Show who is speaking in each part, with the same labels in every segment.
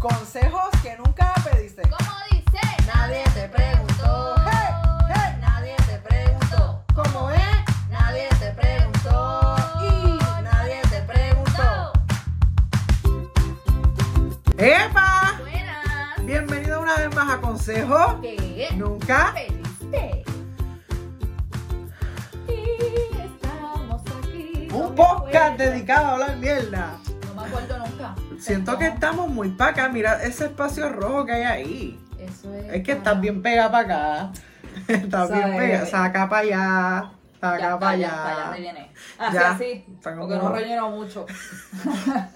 Speaker 1: Consejos que nunca pediste.
Speaker 2: ¿Cómo dice?
Speaker 3: Nadie te preguntó.
Speaker 1: Hey, hey.
Speaker 3: Nadie te preguntó.
Speaker 1: ¿Cómo es?
Speaker 3: Nadie te preguntó. Y nadie te preguntó.
Speaker 1: ¡Epa!
Speaker 2: Buenas.
Speaker 1: Bienvenido una vez más a Consejos
Speaker 3: ¿Qué?
Speaker 1: Nunca.
Speaker 3: Feliz Y estamos aquí.
Speaker 1: Un podcast dedicado a hablar mierda.
Speaker 3: No me acuerdo nunca.
Speaker 1: Siento que estamos muy pa' acá. Mira ese espacio rojo que hay ahí.
Speaker 3: Eso es.
Speaker 1: Es que estás bien pega para acá. Estás bien
Speaker 3: Sabe.
Speaker 1: pega. Saca para allá.
Speaker 3: Ya
Speaker 1: Saca
Speaker 3: está,
Speaker 1: para
Speaker 3: ya está, ya me
Speaker 1: allá.
Speaker 3: viene. Así,
Speaker 1: Ya.
Speaker 3: así.
Speaker 1: Está como-
Speaker 3: Porque no relleno mucho.
Speaker 1: ¡Epa,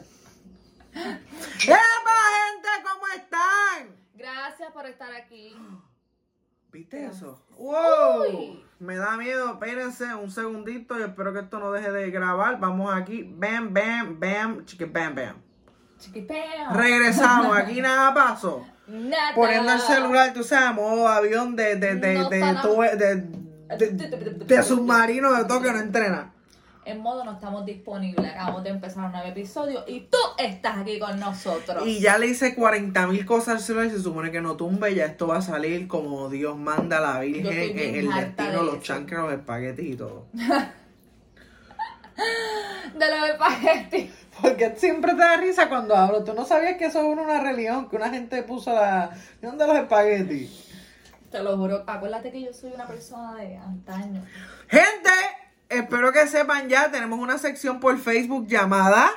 Speaker 1: gente! ¿Cómo están?
Speaker 2: Gracias por estar aquí.
Speaker 1: ¿Viste eso? ¡Wow!
Speaker 3: Uy.
Speaker 1: Me da miedo, espérense un segundito. Yo espero que esto no deje de grabar. Vamos aquí. Bam, bam, bam, chiqui, bam, bam.
Speaker 3: Chiquipeo.
Speaker 1: Regresamos, aquí nada pasó.
Speaker 3: Nada.
Speaker 1: Poniendo el celular, tú sabes, modo avión de, de, de,
Speaker 3: No
Speaker 1: de,
Speaker 3: para-
Speaker 1: tu- de- de- de submarino de todo que no entrena.
Speaker 3: En modo no estamos disponibles. Acabamos de empezar un nuevo episodio y tú estás aquí con nosotros.
Speaker 1: Y ya le hice 40 mil cosas al celular y se supone que no tumbe. Ya esto va a salir como Dios manda a la
Speaker 3: Yo estoy
Speaker 1: Virgen,
Speaker 3: bien
Speaker 1: el
Speaker 3: harta
Speaker 1: destino,
Speaker 3: de
Speaker 1: los
Speaker 3: eso.
Speaker 1: chancros, los espaguetis y todo.
Speaker 3: De los espaguetis.
Speaker 1: Porque siempre te da risa cuando hablo. Tú no sabías que eso era una religión, que una gente puso la religión de los espaguetis.
Speaker 3: Te lo juro. Acuérdate que yo soy una persona de antaño.
Speaker 1: Gente, espero que sepan ya, tenemos una sección por Facebook llamada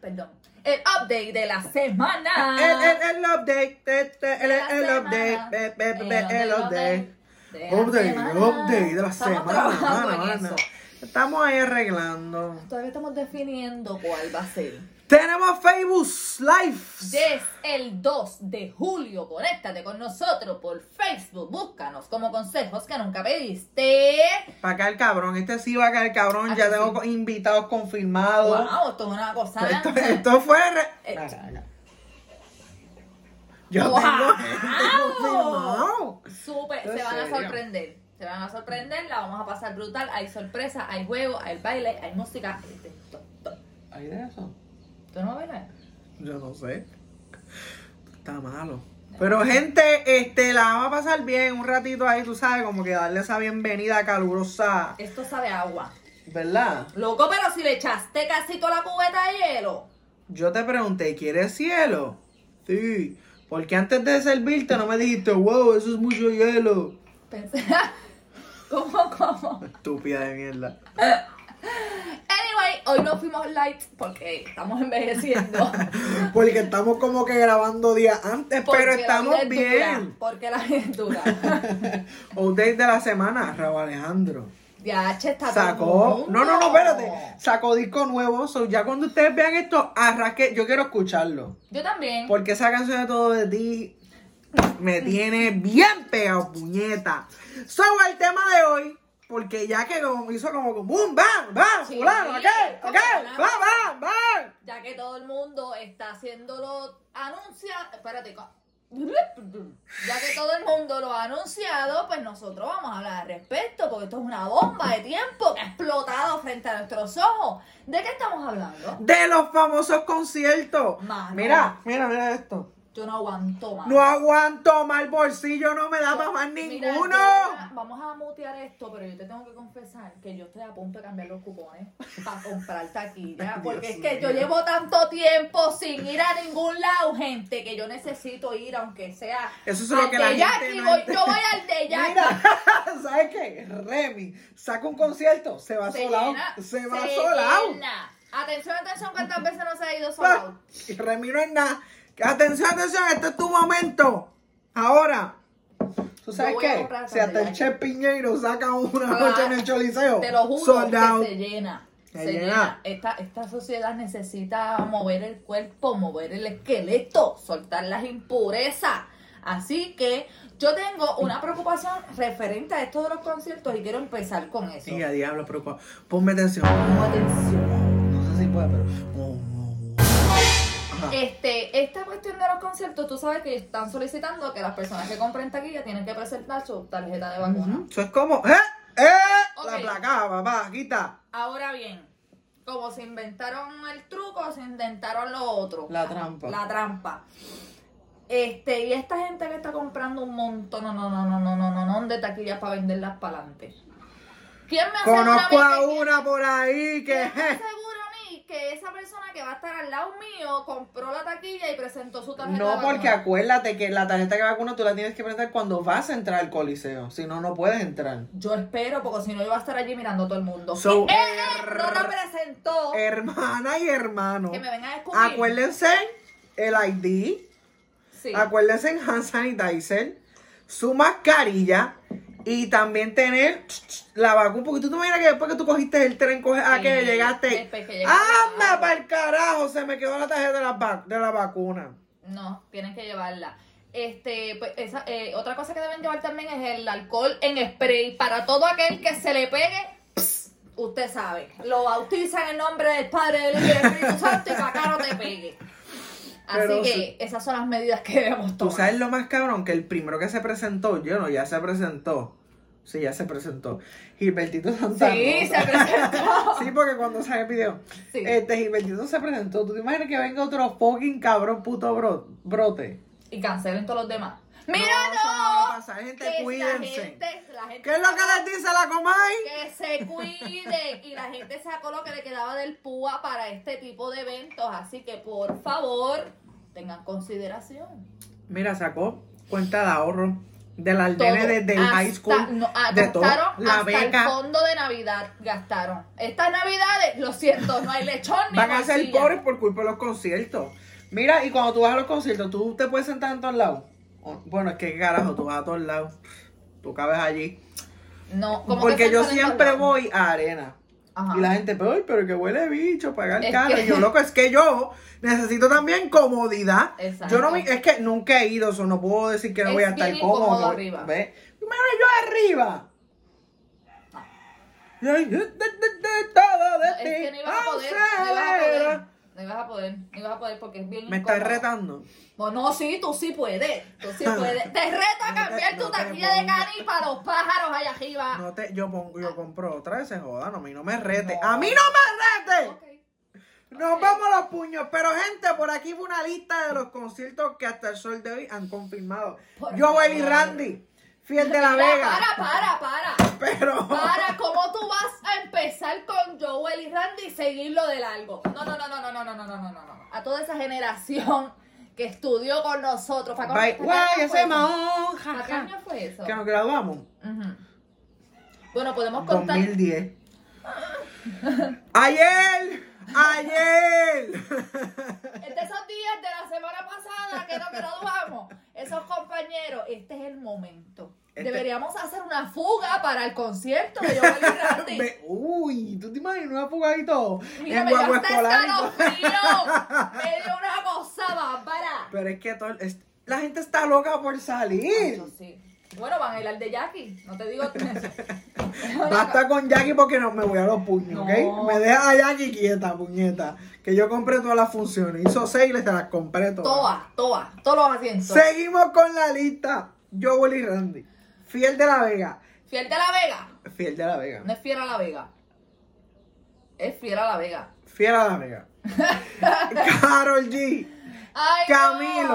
Speaker 3: Perdón. El update de la
Speaker 1: El,
Speaker 3: semana.
Speaker 1: el, el update, te, te, el,
Speaker 3: Ah. De la
Speaker 1: el
Speaker 3: semana.
Speaker 1: update, be, be, be, be, el update.
Speaker 3: De la
Speaker 1: Update,
Speaker 3: semana.
Speaker 1: update de la
Speaker 3: Estamos
Speaker 1: semana,
Speaker 3: trabajando
Speaker 1: mana,
Speaker 3: en
Speaker 1: mana.
Speaker 3: eso.
Speaker 1: Estamos ahí arreglando.
Speaker 3: Todavía estamos definiendo cuál va a ser.
Speaker 1: Tenemos Facebook Live.
Speaker 3: Yes, el 2 de julio. Conéctate con nosotros por Facebook. Búscanos como consejos que nunca pediste.
Speaker 1: Para acá el cabrón, este sí va acá el cabrón,
Speaker 3: Ah,
Speaker 1: ya
Speaker 3: sí.
Speaker 1: tengo co- invitados confirmados.
Speaker 3: Wow, esto es una cosa.
Speaker 1: Pues Esto, esto fue. re-
Speaker 3: Eh.
Speaker 1: Caraca. Yo
Speaker 3: Wow.
Speaker 1: tengo. tengo firmado.
Speaker 3: Súper,
Speaker 1: Esto es
Speaker 3: se van a
Speaker 1: serio.
Speaker 3: sorprender. Se van a sorprender, la vamos a pasar brutal. Hay sorpresas, hay juegos, hay baile, hay música. Este, to- to-
Speaker 1: ¿Hay de eso?
Speaker 3: ¿Tú no bailas?
Speaker 1: Yo no sé. Está malo. Pero gente, este, la vamos a pasar bien un ratito ahí, tú sabes, como que darle esa bienvenida calurosa,
Speaker 3: Esto sabe a agua.
Speaker 1: ¿verdad?
Speaker 3: Loco, pero si le echaste casi toda la cubeta de hielo.
Speaker 1: Yo te pregunté, ¿quieres cielo? Sí, porque antes de servirte no me dijiste, wow, eso es mucho hielo.
Speaker 3: Pensé. ¿Cómo, cómo?
Speaker 1: Estúpida de mierda.
Speaker 3: Anyway, hoy no fuimos light porque estamos envejeciendo.
Speaker 1: Porque estamos como que grabando días antes,
Speaker 3: Porque
Speaker 1: pero
Speaker 3: la vida
Speaker 1: estamos
Speaker 3: es dura,
Speaker 1: bien.
Speaker 3: porque la vida es dura.
Speaker 1: Update de la semana, Raúl Alejandro.
Speaker 3: Ya, che, está todo el
Speaker 1: Sacó.
Speaker 3: mundo.
Speaker 1: No, no, no, espérate. Sacó disco nuevo. So, ya cuando ustedes vean esto, arrasque. Yo quiero escucharlo.
Speaker 3: Yo también.
Speaker 1: Porque esa canción de todo de ti me
Speaker 3: Mm.
Speaker 1: tiene bien pegado, puñeta. Sobre el tema de hoy. Porque ya que como hizo como que boom, bam, bam,
Speaker 3: Sí,
Speaker 1: fulano, ok,
Speaker 3: es como
Speaker 1: ok,
Speaker 3: una-
Speaker 1: bam, bam, bam.
Speaker 3: Ya que todo el mundo está haciendo los anuncia, espérate. co- Ya que todo el mundo lo ha anunciado, pues nosotros vamos a hablar al respecto, porque esto es una bomba de tiempo que ha explotado frente a nuestros ojos. ¿De qué estamos hablando?
Speaker 1: De los famosos conciertos.
Speaker 3: Mano.
Speaker 1: Mira, mira, mira esto.
Speaker 3: Yo no aguanto más.
Speaker 1: No aguanto más el bolsillo, no me da para más
Speaker 3: Mira,
Speaker 1: ninguno.
Speaker 3: yo- vamos a mutear esto, pero yo te tengo que confesar que yo estoy a punto de cambiar los cupones para comprar taquilla. Porque es
Speaker 1: Dios
Speaker 3: que yo
Speaker 1: mío.
Speaker 3: llevo tanto tiempo sin ir a ningún lado, gente, que yo necesito ir, aunque sea.
Speaker 1: Eso es lo
Speaker 3: al
Speaker 1: que la
Speaker 3: de
Speaker 1: gente
Speaker 3: Jackie,
Speaker 1: no
Speaker 3: voy-
Speaker 1: entiende.
Speaker 3: Yo voy al de Jackie.
Speaker 1: Mira, ¿sabes qué? Remy saca un concierto, se va
Speaker 3: se
Speaker 1: solado.
Speaker 3: llena,
Speaker 1: Se va
Speaker 3: se
Speaker 1: solado.
Speaker 3: llena. Atención, atención, cuántas veces no se ha ido
Speaker 1: Ah,
Speaker 3: solado.
Speaker 1: Remy no es nada. Atención, atención, este es tu momento. Ahora. ¿Tú sabes
Speaker 3: Yo voy a
Speaker 1: qué?
Speaker 3: comprar
Speaker 1: Si hasta el
Speaker 3: sandalias.
Speaker 1: Che Piñeiro saca una noche en el Choliseo.
Speaker 3: Te lo juro este
Speaker 1: sold
Speaker 3: que
Speaker 1: out.
Speaker 3: se llena.
Speaker 1: Se
Speaker 3: Se,
Speaker 1: llena.
Speaker 3: llena. Esta, esta sociedad necesita mover el cuerpo, mover el esqueleto, soltar las impurezas. Así que yo tengo una preocupación referente a esto de los conciertos y quiero empezar con eso.
Speaker 1: Sí, a diablo, pero cu- ponme atención.
Speaker 3: Pongo atención.
Speaker 1: No sé si puede, pero. Oh, oh, oh. Ajá.
Speaker 3: Este, esta cuestión de los conciertos, tú sabes que están solicitando que las personas que compren taquilla tienen que presentar su tarjeta de vacuna.
Speaker 1: Eso es como. ¡Eh! ¡Eh! La
Speaker 3: Ok.
Speaker 1: placa, papá, quita.
Speaker 3: Ahora bien, como se inventaron el truco, se inventaron lo otro.
Speaker 1: La trampa.
Speaker 3: La trampa. Este, y esta gente le está comprando un montón, no, no, no, no, no, no, no, no, de taquillas para venderlas para adelante. ¿Quién me asegura a mí
Speaker 1: Conozco a
Speaker 3: que-
Speaker 1: una por ahí que.
Speaker 3: ¿Quién me asegura a mí que esa persona que va a estar al lado mío compró la taquilla y presentó su tarjeta? de
Speaker 1: No,
Speaker 3: vacuna?
Speaker 1: porque acuérdate que la tarjeta que vacuna tú la tienes que prender cuando vas a entrar al coliseo. Si no, no puedes entrar.
Speaker 3: Yo espero, porque si no, yo voy a estar allí mirando a todo el mundo.
Speaker 1: So,
Speaker 3: ¡Eh, eh! no la
Speaker 1: er-
Speaker 3: presentó.
Speaker 1: Hermana y hermano.
Speaker 3: que me vengan a descubrir.
Speaker 1: Acuérdense el ID.
Speaker 3: Sí.
Speaker 1: Acuérdense en hand sanitizer, su mascarilla y también tener la vacuna. Porque tú te imaginas que después que tú cogiste el tren, coges a que
Speaker 3: Sí,
Speaker 1: llegaste.
Speaker 3: Eh, después que llegaste.
Speaker 1: ¡Anda para el carajo! Se me quedó la tarjeta de la, va- de la vacuna.
Speaker 3: No, tienes que llevarla. Este, pues, esa, eh, otra cosa que deben llevar también es el alcohol en spray. Para todo aquel que se le pegue, pss, usted sabe. Lo bautizan en nombre del Padre, del Hijo y del Espíritu Santo y para acá no te pegue. Así
Speaker 1: Pero
Speaker 3: que
Speaker 1: sí.
Speaker 3: esas son las medidas que debemos
Speaker 1: Tú
Speaker 3: tomar.
Speaker 1: sabes lo más cabrón que el primero que se presentó, yo no, ya se presentó. Sí, ya se presentó. Gilbertito Santana.
Speaker 3: Sí, se presentó.
Speaker 1: Sí, porque cuando sale el video,
Speaker 3: Sí.
Speaker 1: este Gilbertito se presentó. ¿Tú te imaginas que venga otro fucking cabrón puto bro- brote?
Speaker 3: Y cancelen todos los demás. ¡Mira,
Speaker 1: No, eso no va a pasar, gente,
Speaker 3: Que la
Speaker 1: cuídense.
Speaker 3: gente- la gente
Speaker 1: ¿Qué es lo que les dice la Comay?
Speaker 3: Que se cuide y la gente sacó lo que le quedaba del púa para este tipo de eventos. Así que por favor, tengan consideración.
Speaker 1: Mira, sacó cuenta de ahorro del
Speaker 3: Todo,
Speaker 1: aldene desde el
Speaker 3: hasta-
Speaker 1: high school.
Speaker 3: no, ah,
Speaker 1: de todo.
Speaker 3: gastaron
Speaker 1: La
Speaker 3: hasta el
Speaker 1: beca.
Speaker 3: fondo de Navidad. Gastaron. Estas Navidades, lo siento, no hay lechón ni
Speaker 1: Van a ser
Speaker 3: morcilla.
Speaker 1: pobres por culpa de los conciertos. Mira, y cuando tú vas a los conciertos, tú te puedes sentar en todos lados. O- Bueno, es que qué carajo, tú vas a todos lados. Tú cabes allí.
Speaker 3: No, como
Speaker 1: Porque
Speaker 3: que
Speaker 1: yo
Speaker 3: siempre
Speaker 1: siempre voy a arena.
Speaker 3: Ajá.
Speaker 1: Y la gente, "Ay, pero que huele bicho, pagar
Speaker 3: Es
Speaker 1: caro.
Speaker 3: que-
Speaker 1: Y yo, loco, es que yo necesito también comodidad.
Speaker 3: Exacto.
Speaker 1: Yo no me- es que nunca he ido, eso no puedo decir que no
Speaker 3: Es
Speaker 1: voy a estar
Speaker 3: bien incómodo
Speaker 1: cómodo.
Speaker 3: arriba.
Speaker 1: ¿Ves? Primero yo arriba. Y ahí, de- de- de- de- todo de
Speaker 3: No, es que
Speaker 1: ti, Ah,
Speaker 3: no ibas a poder, no ibas a poder.
Speaker 1: acelera.
Speaker 3: No ibas a poder, no ibas a poder porque es bien
Speaker 1: Me estás
Speaker 3: incómodo.
Speaker 1: retando.
Speaker 3: Bueno, Pues no, sí, tú sí puedes. Tú sí puedes. Te reto a cambiar
Speaker 1: Ah. No
Speaker 3: tu
Speaker 1: te- no te
Speaker 3: taquilla de
Speaker 1: pongas.
Speaker 3: cani para los pájaros allá arriba.
Speaker 1: No te, yo pongo, yo compro otra y se joda, no, a mí no me rete.
Speaker 3: No.
Speaker 1: ¡A mí no me rete!
Speaker 3: Ok.
Speaker 1: Nos vamos a los puños, pero gente, por aquí fue una lista de los conciertos que hasta el sol de hoy han confirmado.
Speaker 3: Por
Speaker 1: Yo, Bailey
Speaker 3: favor.
Speaker 1: Randy, Fiel de la
Speaker 3: Mira,
Speaker 1: Vega,
Speaker 3: Para, para, para.
Speaker 1: pero
Speaker 3: Para, ¿cómo tú vas a empezar con Joel y Randy y seguirlo de largo? No, no, no, no, no, no, no, no, no, no, no, no. A toda esa generación que estudió con nosotros. ¿Para cuándo-
Speaker 1: Bye.
Speaker 3: para qué
Speaker 1: Guay,
Speaker 3: año fue
Speaker 1: ese
Speaker 3: eso?
Speaker 1: maón,
Speaker 3: ¿Para qué
Speaker 1: jaja.
Speaker 3: año fue eso?
Speaker 1: Que nos graduamos.
Speaker 3: Ujú. Bueno, podemos contar.
Speaker 1: 2010. Ayer, ayer.
Speaker 3: Es de esos días de la semana pasada que nos graduamos. Esos compañeros, este es el momento.
Speaker 1: Este-
Speaker 3: Deberíamos hacer una fuga para el concierto de Joel y Randy.
Speaker 1: Ve- Uy, ¿tú te imaginas una fuga y todo?
Speaker 3: Mira,
Speaker 1: en
Speaker 3: me dio
Speaker 1: guagua
Speaker 3: hasta
Speaker 1: escolar. y todo.
Speaker 3: escalofrío. Me dio una cosa bárbara.
Speaker 1: Pero es que todo- es- la gente está loca por salir.
Speaker 3: Eso sí. Bueno, van a ir al de Jackie. No te digo.
Speaker 1: Basta con Jackie porque no me voy a los puños,
Speaker 3: No.
Speaker 1: ¿ok? Me deja a Jackie quieta, puñeta. Que yo compré todas las funciones. Hizo seis y les las compré todas.
Speaker 3: Toa, toa. Todos los asientos.
Speaker 1: Seguimos con la lista. Joel y Randy. Fiel de la Vega.
Speaker 3: Fiel de la Vega.
Speaker 1: Fiel de la Vega.
Speaker 3: No es fiel a la Vega. Es fiel a la Vega.
Speaker 1: Fiel a la Vega. Carol G.
Speaker 3: Ay,
Speaker 1: Camilo.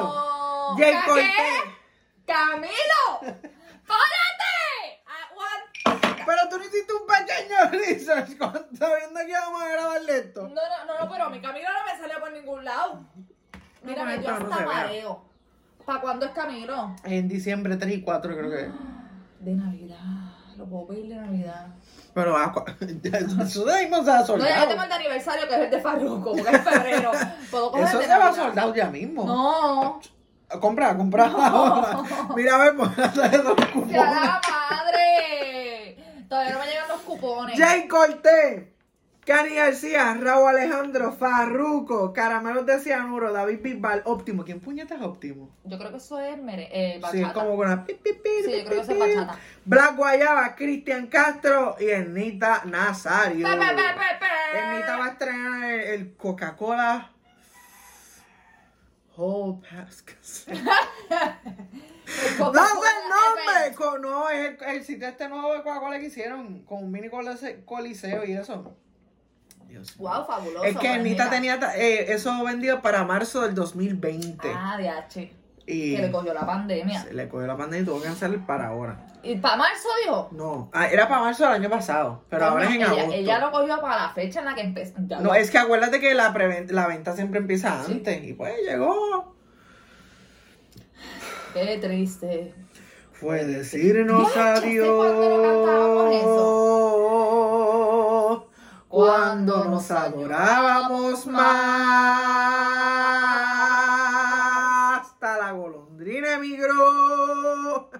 Speaker 3: no.
Speaker 1: Jay
Speaker 3: ¿Ca-
Speaker 1: Cortés.
Speaker 3: qué? ¡Camilo! ¡Párate! Ah, Aguanta.
Speaker 1: Pero tú no hiciste un pequeño research cuando- sabiendo que íbamos a grabar
Speaker 3: No,
Speaker 1: esto.
Speaker 3: no, no, no, pero mi Camilo no me salió por ningún lado. Mira,
Speaker 1: No,
Speaker 3: me dio
Speaker 1: esto no
Speaker 3: hasta
Speaker 1: se vea.
Speaker 3: mareo. ¿Para cuándo es Camilo?
Speaker 1: En diciembre 3 y 4 creo que.
Speaker 3: De Navidad. Lo puedo pedir de Navidad.
Speaker 1: Pero ah, cu- eso de ahí no se ha
Speaker 3: No, ya yo
Speaker 1: soldado.
Speaker 3: tengo el de aniversario que es el de Farruko, que es febrero. Puedo coger
Speaker 1: Eso
Speaker 3: el de
Speaker 1: se va
Speaker 3: Navidad.
Speaker 1: soldado ya mismo.
Speaker 3: No.
Speaker 1: Compra, compra ahora. Mira, a ver, pues, por esos
Speaker 3: ¡Se a
Speaker 1: cupones.
Speaker 3: la madre! Todavía no me llegan los cupones.
Speaker 1: Jay Cortés, Cani García, Raúl Alejandro, Farruco, Caramelos de Cianuro, David Bisbal, Óptimo. ¿Quién puñeta es Óptimo?
Speaker 3: Yo creo que eso es mere, eh,
Speaker 1: Sí, es
Speaker 3: bachata.
Speaker 1: como con la pi, pi, pi,
Speaker 3: Sí, yo creo que eso es
Speaker 1: pi, pi.
Speaker 3: bachata.
Speaker 1: Black Guayaba, Cristian Castro y Ernita Nazario.
Speaker 3: Pa, pa, pa, pa, pa.
Speaker 1: Ernita va a estrenar el, el Coca-Cola. Whole Pascas.
Speaker 3: El
Speaker 1: ¡No
Speaker 3: Coca-Cola
Speaker 1: sé el nombre!
Speaker 3: Event.
Speaker 1: Co- No, es el, el sitio este nuevo de Coca-Cola que hicieron con un mini colise- coliseo y eso. Dios mío.
Speaker 3: Wow, fabuloso.
Speaker 1: Es que
Speaker 3: pues,
Speaker 1: Anita
Speaker 3: mira.
Speaker 1: tenía ta- eh, eso vendido para marzo del 2020.
Speaker 3: Ah, de H.
Speaker 1: y
Speaker 3: Que le cogió la pandemia.
Speaker 1: se le cogió la pandemia y tuvo que cancelar para ahora.
Speaker 3: Y para marzo dijo.
Speaker 1: No, ah, era para marzo del año pasado, pero
Speaker 3: Coño,
Speaker 1: ahora es en
Speaker 3: ella,
Speaker 1: agosto.
Speaker 3: Ella lo cogió para la fecha en la que empezó. Ya
Speaker 1: No,
Speaker 3: lo-
Speaker 1: es que acuérdate que la, preven- la venta siempre empieza
Speaker 3: Sí.
Speaker 1: antes. Y pues llegó.
Speaker 3: Qué triste.
Speaker 1: Fue decirnos
Speaker 3: Ya, ya sé cuándo lo cantábamos
Speaker 1: adiós. Cuando
Speaker 3: Cuando
Speaker 1: nos
Speaker 3: nos
Speaker 1: adorábamos
Speaker 3: adorábamos
Speaker 1: más. Hasta la golondrina emigró.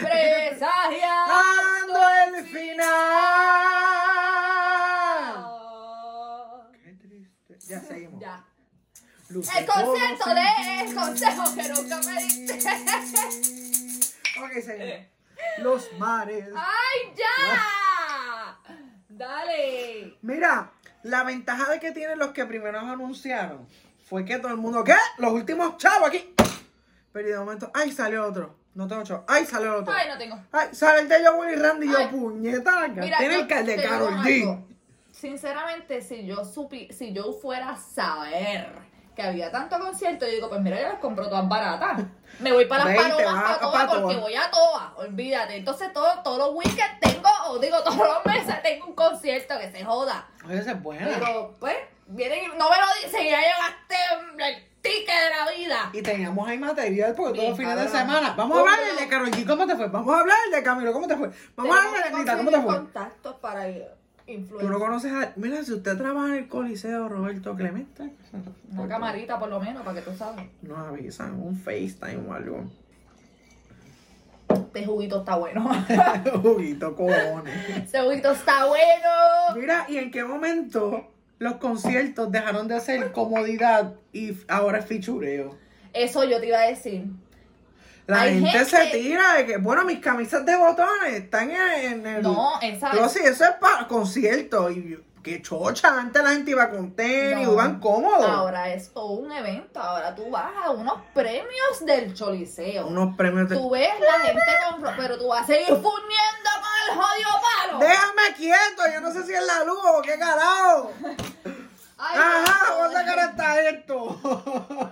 Speaker 3: Presagia.
Speaker 1: Dando el final. Qué triste. Ya seguimos.
Speaker 3: Ya.
Speaker 1: Luce
Speaker 3: El concierto
Speaker 1: como
Speaker 3: de el
Speaker 1: sentir.
Speaker 3: consejo que nunca me diste.
Speaker 1: Ok, seguimos. Los mares.
Speaker 3: Ah, ¡Ay, ya! Dale.
Speaker 1: Mira, la ventaja de que tienen los que primero anunciaron fue que todo el mundo, ¿qué? Los últimos chavos aquí. Pero de momento, ay, salió otro. No tengo chavo. Ay, salió otro.
Speaker 3: Ay, no tengo.
Speaker 1: Ay, sale el de yo, Willy Randy. Y yo,
Speaker 3: Ay.
Speaker 1: puñeta, la
Speaker 3: Mira,
Speaker 1: tiene
Speaker 3: yo
Speaker 1: el cal- de
Speaker 3: te digo
Speaker 1: Carol
Speaker 3: algo.
Speaker 1: G.
Speaker 3: Sinceramente, si yo supi, si yo fuera a saber que había tanto concierto, yo digo, pues mira, yo las compro todas baratas. Me voy para las
Speaker 1: Veinte,
Speaker 3: palomas,
Speaker 1: vas
Speaker 3: para
Speaker 1: a-
Speaker 3: todas,
Speaker 1: pa'
Speaker 3: porque
Speaker 1: todas.
Speaker 3: voy a todas, olvídate. Entonces, todo- todos los weekends tengo, o digo, todos los meses tengo un concierto que se joda.
Speaker 1: Oye, esa es buena.
Speaker 3: Pero, pues, vienen y no me lo dicen, y ya llegaste el ticket de la vida.
Speaker 1: Y teníamos ahí material porque todos los
Speaker 3: Bien,
Speaker 1: fines de
Speaker 3: cabrón.
Speaker 1: semana. Vamos a
Speaker 3: Uno.
Speaker 1: hablar del de Carol G, ¿cómo te fue? Vamos a hablar del de Camilo, ¿cómo te fue? Vamos a
Speaker 3: Tengo
Speaker 1: hablar de
Speaker 3: que
Speaker 1: Anita, ¿cómo te
Speaker 3: conseguir
Speaker 1: fue?
Speaker 3: contactos para eh,
Speaker 1: Tú no
Speaker 3: influenciar.
Speaker 1: conoces a. Mira, si usted trabaja en el Coliseo Roberto Clemente.
Speaker 3: Una camarita, por lo menos, para que tú sabes.
Speaker 1: Nos avisan, un FaceTime o algo.
Speaker 3: Este juguito está bueno.
Speaker 1: Juguito, cojones.
Speaker 3: Este juguito está bueno.
Speaker 1: Mira, ¿y en qué momento los conciertos dejaron de ser comodidad y f- ahora es fichureo?
Speaker 3: Eso yo te iba a decir.
Speaker 1: La
Speaker 3: Hay
Speaker 1: gente,
Speaker 3: gente-
Speaker 1: se tira de que, bueno, mis camisas de botones están en, en el...
Speaker 3: No, esa
Speaker 1: Pero sí, eso es para conciertos. Y yo, qué chocha, antes la gente iba con tenis,
Speaker 3: No.
Speaker 1: iban cómodos.
Speaker 3: Ahora es todo un evento. Ahora tú vas a unos premios del Choliseo.
Speaker 1: Unos premios de...
Speaker 3: Tú ves la gente con ro- pero tú vas a seguir fundiendo con el jodido palo.
Speaker 1: Déjame quieto, yo no sé si es la luz o qué carajo.
Speaker 3: Ay,
Speaker 1: Ajá,
Speaker 3: Dios.
Speaker 1: ¿cuánta cara está esto?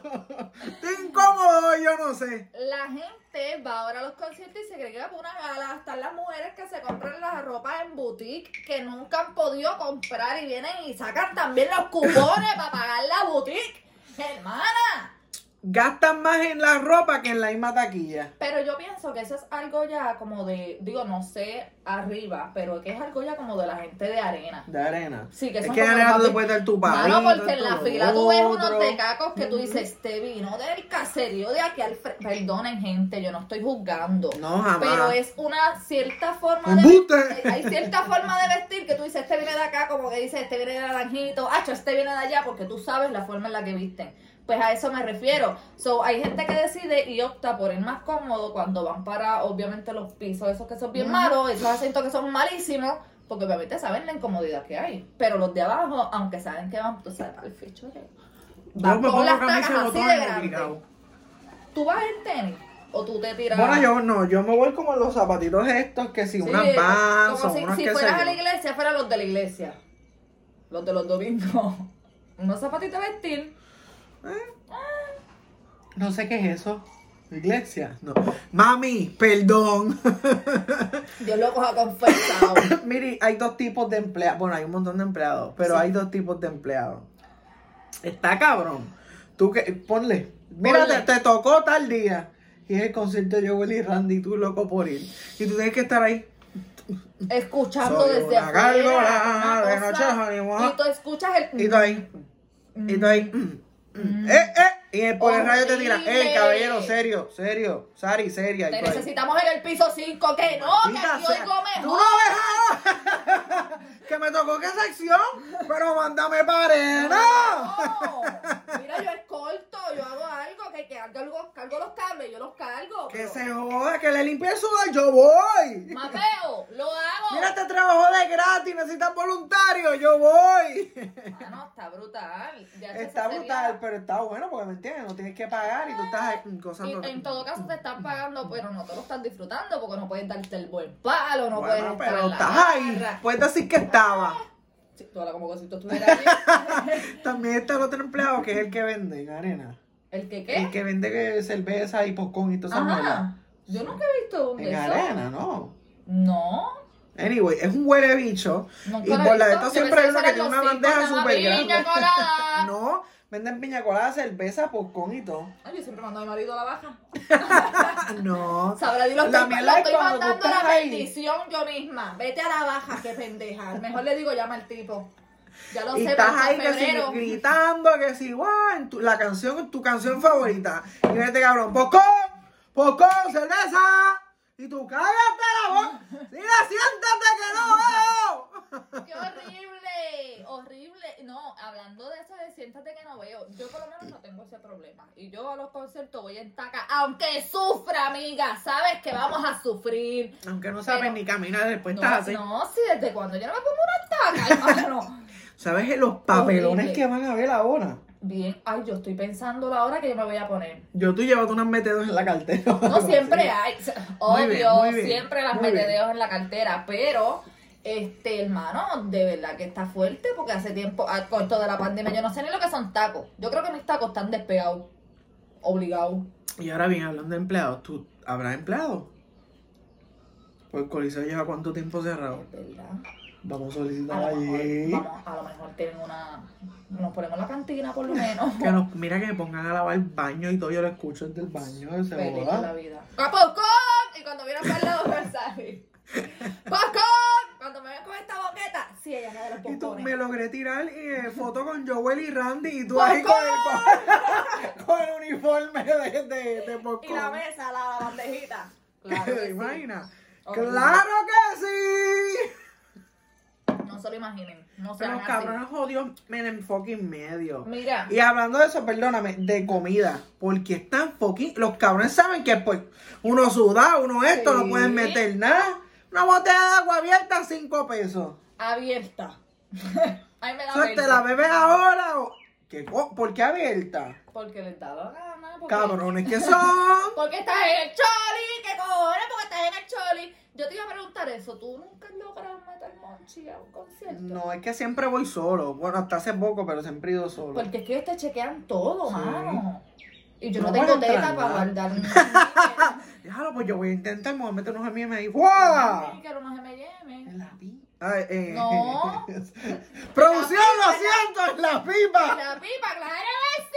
Speaker 1: Estoy incómodo, yo no sé.
Speaker 3: La gente va ahora a los conciertos y se cree que va por una gala. Están las mujeres que se compran las ropas en boutique que nunca han podido comprar y vienen y sacan también los cupones para pagar la boutique. Hermana.
Speaker 1: gastan más en la ropa que en la misma taquilla.
Speaker 3: Pero yo pienso que eso es algo ya como de, digo, no sé arriba, pero que es algo ya como de la gente de arena.
Speaker 1: De arena.
Speaker 3: Sí, que
Speaker 1: es
Speaker 3: son
Speaker 1: que de
Speaker 3: como
Speaker 1: arena tú
Speaker 3: papi-
Speaker 1: te puedes dar tu padre.
Speaker 3: Mano, porque en la fila tú ves unos tecacos que tú dices, este vino del caserío de aquí al frente. Perdonen, gente, yo no estoy juzgando.
Speaker 1: No, jamás.
Speaker 3: Pero es una cierta forma
Speaker 1: ¡Embuste!
Speaker 3: de Hay cierta forma de vestir que tú dices, este viene de acá, como que dices, este viene de naranjito, hacho, este viene de allá, porque tú sabes la forma en la que visten. Pues a eso me refiero. So, hay gente que decide y opta por ir más cómodo cuando van para, obviamente, los pisos, esos que son bien malos, esos asientos que son malísimos, porque obviamente saben la incomodidad que hay. Pero los de abajo, aunque saben que van, tú sabes, al fichureo.
Speaker 1: Yo
Speaker 3: Van
Speaker 1: me
Speaker 3: con
Speaker 1: pongo
Speaker 3: las
Speaker 1: camisa de
Speaker 3: tacas así
Speaker 1: botón
Speaker 3: de grande.
Speaker 1: obligado.
Speaker 3: ¿Tú vas en tenis? ¿O tú te tiras?
Speaker 1: Bueno, yo no, yo me voy como en los zapatitos estos, que si
Speaker 3: Sí,
Speaker 1: unas vans
Speaker 3: como
Speaker 1: o
Speaker 3: si,
Speaker 1: unos
Speaker 3: si
Speaker 1: que
Speaker 3: fueras a la
Speaker 1: se...
Speaker 3: iglesia, fueran los de la iglesia. Los de los domingos. Unos zapatitos de vestir.
Speaker 1: No sé qué es eso. Iglesia, no. Mami, perdón.
Speaker 3: Dios lo coja confesado.
Speaker 1: Mire, hay dos tipos de empleados. Bueno, hay un montón de empleados, pero hay dos tipos de empleados. Está cabrón. Tú que, ponle. Mira,
Speaker 3: Ponle.
Speaker 1: Te, te tocó tal día. Y es el concierto de Joel y Randy, y tú loco por ir. Y tú tienes que estar ahí.
Speaker 3: Escuchando
Speaker 1: Soy
Speaker 3: desde
Speaker 1: una
Speaker 3: afuera.
Speaker 1: gárgola,
Speaker 3: una
Speaker 1: de noche
Speaker 3: cosa,
Speaker 1: salimos.
Speaker 3: y tú escuchas el.
Speaker 1: Y tú ahí. Y tú ahí. mm, mm, Eh, eh. Y el- por
Speaker 3: Oh,
Speaker 1: el radio te tira, eh,
Speaker 3: Horrible.
Speaker 1: caballero, serio, serio, Sari, seria. Y
Speaker 3: Te
Speaker 1: tú ahí.
Speaker 3: necesitamos en el piso 5. Que no, que
Speaker 1: Maldita
Speaker 3: aquí
Speaker 1: sea.
Speaker 3: oigo
Speaker 1: ¿Tú no
Speaker 3: mejor.
Speaker 1: ves ahora? que me tocó qué sección, pero mándame para no.
Speaker 3: No. Mira, yo escolto, yo hago algo, que, que cargo, cargo los cables, yo los cargo.
Speaker 1: Que
Speaker 3: pero-
Speaker 1: se joda, que le limpie el sudor, yo voy.
Speaker 3: Mapeo, lo hago.
Speaker 1: Mira, este trabajo de gratis, necesitan voluntarios, yo voy.
Speaker 3: Ah, no, está brutal. Ya se-
Speaker 1: Está
Speaker 3: se sería-
Speaker 1: brutal, pero está bueno porque me entiendes, no tienes que pagar y tú estás ahí, mm,
Speaker 3: Y
Speaker 1: gozando.
Speaker 3: en todo caso te están pagando, pero no te lo están disfrutando porque no puedes darte el buen palo, no
Speaker 1: Bueno,
Speaker 3: puedes estar
Speaker 1: pero
Speaker 3: en la
Speaker 1: estás ahí,
Speaker 3: barra.
Speaker 1: puedes decir que estaba.
Speaker 3: Sí, tú hablas como que si tú estuvieras allí.
Speaker 1: También está el otro empleado que es el que vende, la nena.
Speaker 3: ¿El que
Speaker 1: El
Speaker 3: qué?
Speaker 1: que vende que cerveza y popcorn y todas esas mierdas.
Speaker 3: Ajá. Yo nunca he visto un
Speaker 1: En
Speaker 3: de esos.
Speaker 1: arena, ¿no?
Speaker 3: No.
Speaker 1: Anyway, es un huele bicho.
Speaker 3: Nunca
Speaker 1: Y
Speaker 3: lo he
Speaker 1: por la de
Speaker 3: visto.
Speaker 1: esto
Speaker 3: Yo
Speaker 1: siempre hay
Speaker 3: pensé
Speaker 1: uno que
Speaker 3: eran
Speaker 1: tiene
Speaker 3: los
Speaker 1: una
Speaker 3: cinco,
Speaker 1: bandeja
Speaker 3: nada más,
Speaker 1: súper
Speaker 3: piña
Speaker 1: grande.
Speaker 3: colada.
Speaker 1: No, venden piña colada, cerveza, popcorn y todo.
Speaker 3: Ay, yo siempre mando a mi marido a la baja.
Speaker 1: No.
Speaker 3: Sabrá Dios, lo
Speaker 1: La
Speaker 3: estoy,
Speaker 1: mierda
Speaker 3: lo
Speaker 1: es
Speaker 3: estoy
Speaker 1: cuando tú
Speaker 3: mandando
Speaker 1: estás
Speaker 3: la
Speaker 1: ahí.
Speaker 3: bendición yo misma. Vete a la baja, qué pendeja. Mejor le digo, llama al tipo. Ya lo
Speaker 1: Y
Speaker 3: sé,
Speaker 1: estás
Speaker 3: pero
Speaker 1: ahí
Speaker 3: en
Speaker 1: que si
Speaker 3: febrero.
Speaker 1: gritando, que si, guau, en tu- la canción, tu canción favorita. Y vete, cabrón, popcorn, popcorn, cerveza. Y tú, cállate la boca. Mira, siéntate que no veo.
Speaker 3: ¡Qué horrible! Horrible. No, hablando de eso de siéntate que no veo, yo por lo menos no tengo ese problema. Y yo a los conciertos voy en taca, aunque sufra, amiga. Sabes que vamos a sufrir.
Speaker 1: Aunque no sabes
Speaker 3: Pero-
Speaker 1: ni caminar, después
Speaker 3: No,
Speaker 1: estás eh? así.
Speaker 3: no, si desde cuando yo no me pongo una taca, hermano.
Speaker 1: ¿Sabes los papelones
Speaker 3: Horrible.
Speaker 1: que van a ver ahora?
Speaker 3: Bien, ay, yo estoy pensando la hora que yo me voy a poner.
Speaker 1: Yo tú llevas unas metedos en la cartera.
Speaker 3: No siempre hay,
Speaker 1: Muy
Speaker 3: obvio,
Speaker 1: bien, muy bien,
Speaker 3: siempre las
Speaker 1: muy bien.
Speaker 3: metedeos en la cartera, pero este hermano, de verdad que está fuerte porque hace tiempo, a- con esto de la pandemia, yo no sé ni lo que son tacos. Yo creo que mis tacos están despegados, obligados.
Speaker 1: Y ahora bien, hablando de empleados, ¿tú habrás empleado? Pues Coliseo lleva cuánto tiempo cerrado.
Speaker 3: Es verdad.
Speaker 1: Vamos a
Speaker 3: A
Speaker 1: solicitar
Speaker 3: lo, mejor,
Speaker 1: allí.
Speaker 3: vamos, a lo mejor tienen una. Nos ponemos en la cantina por lo menos.
Speaker 1: Que nos, mira que me pongan a lavar el baño y todo, yo lo escucho desde el baño, se
Speaker 3: Feliz de la
Speaker 1: boda.
Speaker 3: vida. ¡Popcorn! Y cuando vieron para el lado me sale. ¡Popcorn! Cuando me ven con esta boqueta. Sí, ella es la de los
Speaker 1: Y tú
Speaker 3: popcornes.
Speaker 1: me logré tirar eh, foto con Joel y Randy y tú ahí con el, con el uniforme de, de, de
Speaker 3: Y la
Speaker 1: popcorn.
Speaker 3: mesa, la, la bandejita.
Speaker 1: ¿Te
Speaker 3: Claro que sí.
Speaker 1: imaginas?
Speaker 3: Horrible.
Speaker 1: ¡Claro que sí!
Speaker 3: No se lo imaginen. No se
Speaker 1: Pero
Speaker 3: lo
Speaker 1: cabrones jodidos me en fucking medio.
Speaker 3: Mira,
Speaker 1: Y hablando de eso, perdóname, de comida. Porque están fucking. Los cabrones saben que pues uno suda, uno esto, no
Speaker 3: Sí.
Speaker 1: pueden meter nada. Una botella de agua abierta, cinco pesos.
Speaker 3: abierta. Ay, me da
Speaker 1: O sea, te
Speaker 3: vergüenza.
Speaker 1: la bebes ahora o. ¿Qué co- ¿Por qué abierta?
Speaker 3: Porque les da la gana. Porque...
Speaker 1: Cabrones que son.
Speaker 3: Porque estás en el choli. ¿Qué cojones? Porque estás en el choli. Yo te iba a preguntar eso. ¿Tú nunca has logrado matar monchi a un concierto?
Speaker 1: No, es que siempre voy solo. Bueno, hasta hace poco, pero siempre he ido solo.
Speaker 3: Porque es que ellos te chequean todo,
Speaker 1: Sí.
Speaker 3: mano. Y yo
Speaker 1: No
Speaker 3: no,
Speaker 1: voy a
Speaker 3: tengo
Speaker 1: entrar,
Speaker 3: teta para
Speaker 1: ¿no?
Speaker 3: guardar un
Speaker 1: Déjalo, pues yo voy a intentar meter unos amigos ahí. ¡Guau!
Speaker 3: Que no se me lleven.
Speaker 1: En la pipa. Ay, eh.
Speaker 3: No.
Speaker 1: Producción, lo siento, en la pipa.
Speaker 3: La pipa, claro que sí.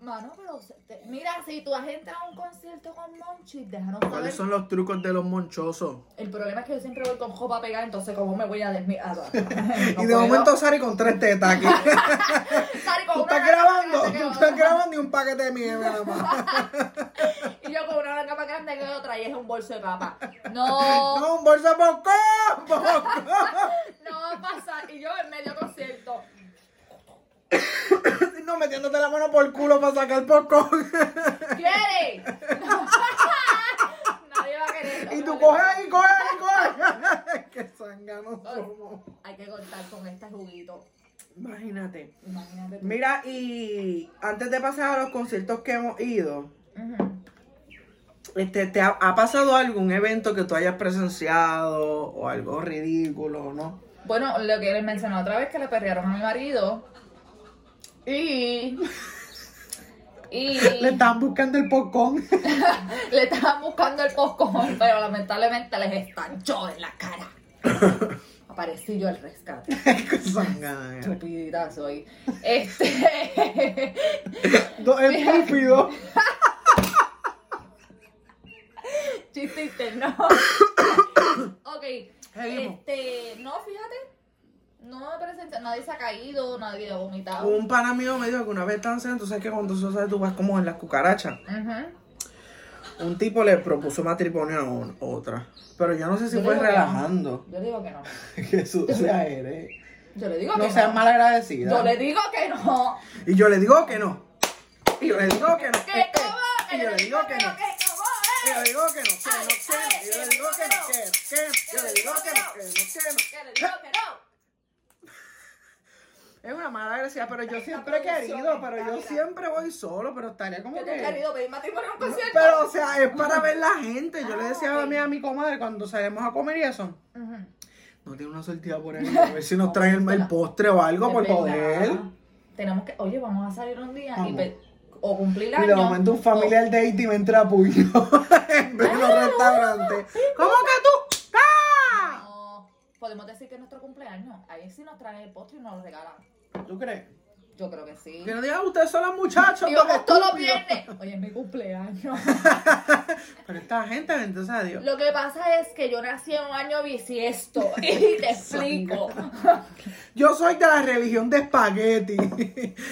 Speaker 3: Mano, pero se- te- mira, si tú has entrado a un concierto con Monchi, déjanos saber.
Speaker 1: ¿Cuáles son los trucos de los monchosos?
Speaker 3: El problema es que yo siempre voy con jopa pegada, entonces ¿cómo me voy a Ah, desmirar?
Speaker 1: y de momento Sari con tres tetas aquí. ¿Tú estás grabando? ¿Tú estás grabando y un paquete de mierda nada más?
Speaker 3: Y yo con una manga más grande que otra y es un bolso de papa. No,
Speaker 1: ¡No, un bolso de popcorn! popcorn.
Speaker 3: no va a pasar. Y yo en medio concierto.
Speaker 1: No, metiéndote la mano por el culo para sacar popcorn.
Speaker 3: ¿Quieres? Nadie va a querer.
Speaker 1: y tú
Speaker 3: No,
Speaker 1: coges ahí, coges ahí, coges. ¡Qué sanganos somos!
Speaker 3: Hay que cortar con este juguito.
Speaker 1: Imagínate.
Speaker 3: Imagínate. tú.
Speaker 1: Mira, y antes de pasar a los conciertos que hemos ido,
Speaker 3: Ujú.
Speaker 1: este, ¿te ha, ha pasado algún evento que tú hayas presenciado o algo ridículo, no?
Speaker 3: Bueno, lo que les mencioné otra vez que le perrearon a mi marido. Y. Y
Speaker 1: Le estaban buscando el popcorn.
Speaker 3: le estaban buscando el coscón, pero lamentablemente les estanchó en la cara. Aparecí yo al rescate.
Speaker 1: Qué sangana.
Speaker 3: Estúpida soy. Este.
Speaker 1: Do- Estúpido.
Speaker 3: Chiste interno. ok.
Speaker 1: Seguimos.
Speaker 3: Este. No, fíjate. No me presenta. Nadie se ha caído, nadie ha vomitado.
Speaker 1: Un pana mío me dijo que una vez están sentados, sabes que cuando tú sabes, tú vas como en las cucarachas.
Speaker 3: Ujú.
Speaker 1: Un tipo le propuso matrimonio a un- otra. Pero yo no sé si
Speaker 3: Yo
Speaker 1: fue
Speaker 3: digo que no.
Speaker 1: relajando.
Speaker 3: Yo digo que no.
Speaker 1: Que sucia eres.
Speaker 3: Yo le digo que
Speaker 1: No
Speaker 3: no.
Speaker 1: seas malagradecida.
Speaker 3: Yo le digo que no.
Speaker 1: Y yo le digo que no. Y yo le digo que no. Eh,
Speaker 3: Que
Speaker 1: eh.
Speaker 3: no va,
Speaker 1: Y
Speaker 3: que eh,
Speaker 1: yo le digo que no. Y
Speaker 3: no.
Speaker 1: yo le digo que no. Que no, que no. Y Yo le digo que no. Que no, que no. Yo le digo que no. Que no, que no.
Speaker 3: Que le digo que no.
Speaker 1: Es una mala gracia, pero yo
Speaker 3: Esta
Speaker 1: siempre he
Speaker 3: producción
Speaker 1: querido,
Speaker 3: está,
Speaker 1: pero yo
Speaker 3: mira.
Speaker 1: siempre voy solo, pero estaría como
Speaker 3: Que tú has
Speaker 1: que...
Speaker 3: querido pedir matrimonio en un concierto.
Speaker 1: Pero, o sea, es para ver la gente. Yo le
Speaker 3: Ah,
Speaker 1: decía a
Speaker 3: ok.
Speaker 1: mí a mi comadre cuando salimos a comer y eso.
Speaker 3: Ujú.
Speaker 1: No, No tiene una sortida por ahí. A ver si nos traen el, el postre o algo,
Speaker 3: Es
Speaker 1: por
Speaker 3: verdad.
Speaker 1: poder.
Speaker 3: Tenemos que, oye, vamos a salir un día y
Speaker 1: Vamos.
Speaker 3: pe- o cumplir
Speaker 1: Y
Speaker 3: años.
Speaker 1: de momento un familiar de Haití me entra a puño en pleno restaurante. ¿Cómo que tú? ¡Ah!
Speaker 3: No, podemos decir que es nuestro cumpleaños. Ahí sí nos traen el postre y nos lo regalan.
Speaker 1: ¿Tú crees?
Speaker 3: Yo creo que sí.
Speaker 1: Que no digan ustedes son los muchachos.
Speaker 3: Y
Speaker 1: porque
Speaker 3: vamos todos los
Speaker 1: estúpidos".
Speaker 3: viernes. Oye, es mi cumpleaños.
Speaker 1: Pero esta gente, entonces adiós.
Speaker 3: Lo que pasa es que yo nací en un año bisiesto. Y te explico.
Speaker 1: Yo soy de la religión de espagueti.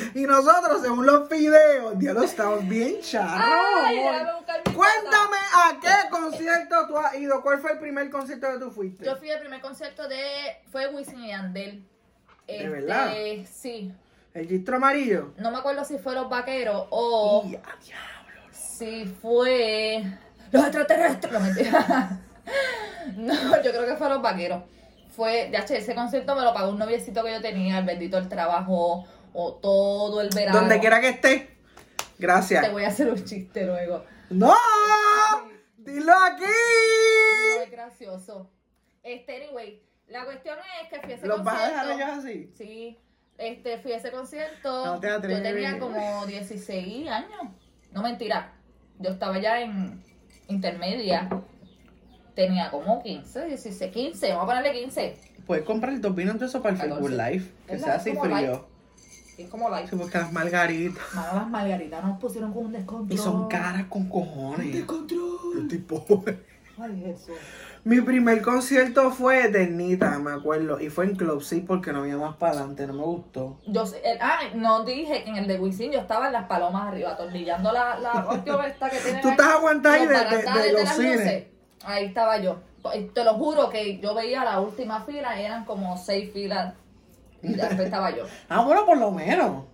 Speaker 1: y nosotros, según los videos, diablo, estamos bien charros.
Speaker 3: Ay, déjame buscar mi
Speaker 1: Cuéntame a qué concierto tú has ido. ¿Cuál fue el primer concierto que tú fuiste?
Speaker 3: Yo fui al primer concierto de. Fue Wisin y Yandel.
Speaker 1: ¿De
Speaker 3: Este,
Speaker 1: verdad?
Speaker 3: Sí.
Speaker 1: El gistro amarillo.
Speaker 3: No me acuerdo si fue Los Vaqueros o
Speaker 1: Y- ah, diablo.
Speaker 3: si fue. Los extraterrestres. No, mentira. no, yo creo que fue Los Vaqueros. Fue. Ya, che, ese concierto me lo pagó un noviecito que yo tenía, el bendito el trabajo, o todo el verano.
Speaker 1: Donde quiera que esté. Gracias.
Speaker 3: Te voy a hacer un chiste luego.
Speaker 1: ¡No! ¡Dilo
Speaker 3: No
Speaker 1: aquí!
Speaker 3: es gracioso. Este, anyway, la cuestión es que fui a ese
Speaker 1: ¿Los vas a dejar
Speaker 3: concierto.
Speaker 1: ellos así?
Speaker 3: Sí, este, fui a ese concierto.
Speaker 1: No te atreves.
Speaker 3: Yo tenía como 16 años. No mentira. Yo estaba ya en intermedia. Tenía como 15, 16, 15. Vamos a ponerle 15.
Speaker 1: Puedes comprar dos vinos de eso para el
Speaker 3: Catorce.
Speaker 1: Facebook Live. Que
Speaker 3: ¿Verdad?
Speaker 1: sea así
Speaker 3: Como light.
Speaker 1: frío.
Speaker 3: Es como la
Speaker 1: Sí, porque las margaritas.
Speaker 3: Mano, las margaritas nos pusieron con un descontrol.
Speaker 1: Y son caras con cojones. Yo
Speaker 3: Descontrol.
Speaker 1: estoy pobre.
Speaker 3: Ay, Jesús.
Speaker 1: Mi primer concierto fue Eternita, me acuerdo. Y fue en Club Sí porque no había más para adelante, no me gustó.
Speaker 3: Yo, sé- el- ah, no dije que en el de Wisin yo estaba en las palomas arriba, atornillando la, la cuestión esta que tiene.
Speaker 1: Tú estás aguantada ahí de- de- de los cines.
Speaker 3: Ahí estaba yo. Y Te lo juro que yo veía la última fila, eran como seis filas. Y después estaba yo.
Speaker 1: Ah, bueno, por lo menos.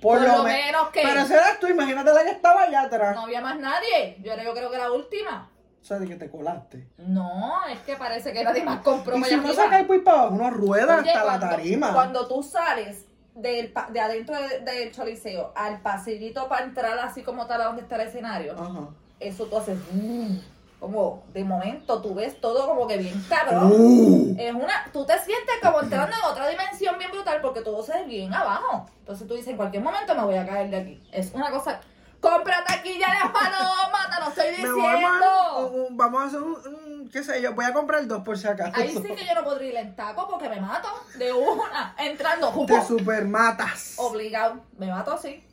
Speaker 1: Por,
Speaker 3: Por lo
Speaker 1: me-
Speaker 3: menos que-
Speaker 1: Pero esa eras tú, imagínate la que estaba allá atrás.
Speaker 3: No había más nadie. Yo, era- yo creo que la última.
Speaker 1: O sea, de que te colaste.
Speaker 3: No, es que parece que nadie más compró.
Speaker 1: Y
Speaker 3: para
Speaker 1: si
Speaker 3: allá
Speaker 1: no
Speaker 3: arriba.
Speaker 1: sacas el pues para abajo, uno rueda
Speaker 3: Oye,
Speaker 1: hasta
Speaker 3: cuando-
Speaker 1: la tarima.
Speaker 3: Cuando tú sales del pa- de adentro de- del choliseo al pasillito para entrar así como tal a donde está el escenario.
Speaker 1: Ajá.
Speaker 3: eso tú haces mm, como de momento tú ves todo como que bien cabrón
Speaker 1: Uh.
Speaker 3: es una tú te sientes como entrando en otra dimensión bien brutal porque todo se ve bien abajo entonces tú dices en cualquier momento me voy a caer de aquí es una cosa compra taquilla de las palomas te lo estoy
Speaker 1: Me voy a armar
Speaker 3: diciendo
Speaker 1: un- un- vamos a hacer un, un- qué sé yo, voy a comprar dos por si acaso.
Speaker 3: ahí sí que yo no podría ir en taco porque me mato de una entrando jupo,
Speaker 1: Te supermatas.
Speaker 3: obligado me mato así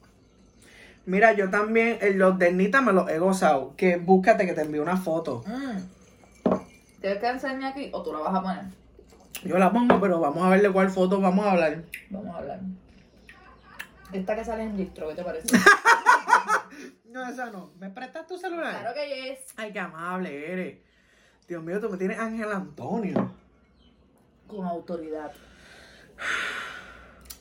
Speaker 1: Mira, yo también, eh, los de Ernita me los he gozado. Que búscate que te envío una foto.
Speaker 3: Mm. ¿Quieres que enseñe aquí o tú la vas a poner?
Speaker 1: Yo la pongo, pero vamos a ver de cuál foto vamos a hablar.
Speaker 3: Vamos a hablar. Esta que sale en distro, ¿qué te parece?
Speaker 1: No, esa no. ¿Me prestas tu celular?
Speaker 3: claro que es.
Speaker 1: Ay, qué amable eres. Dios mío, tú me tienes Ángel Antonio.
Speaker 3: Con autoridad.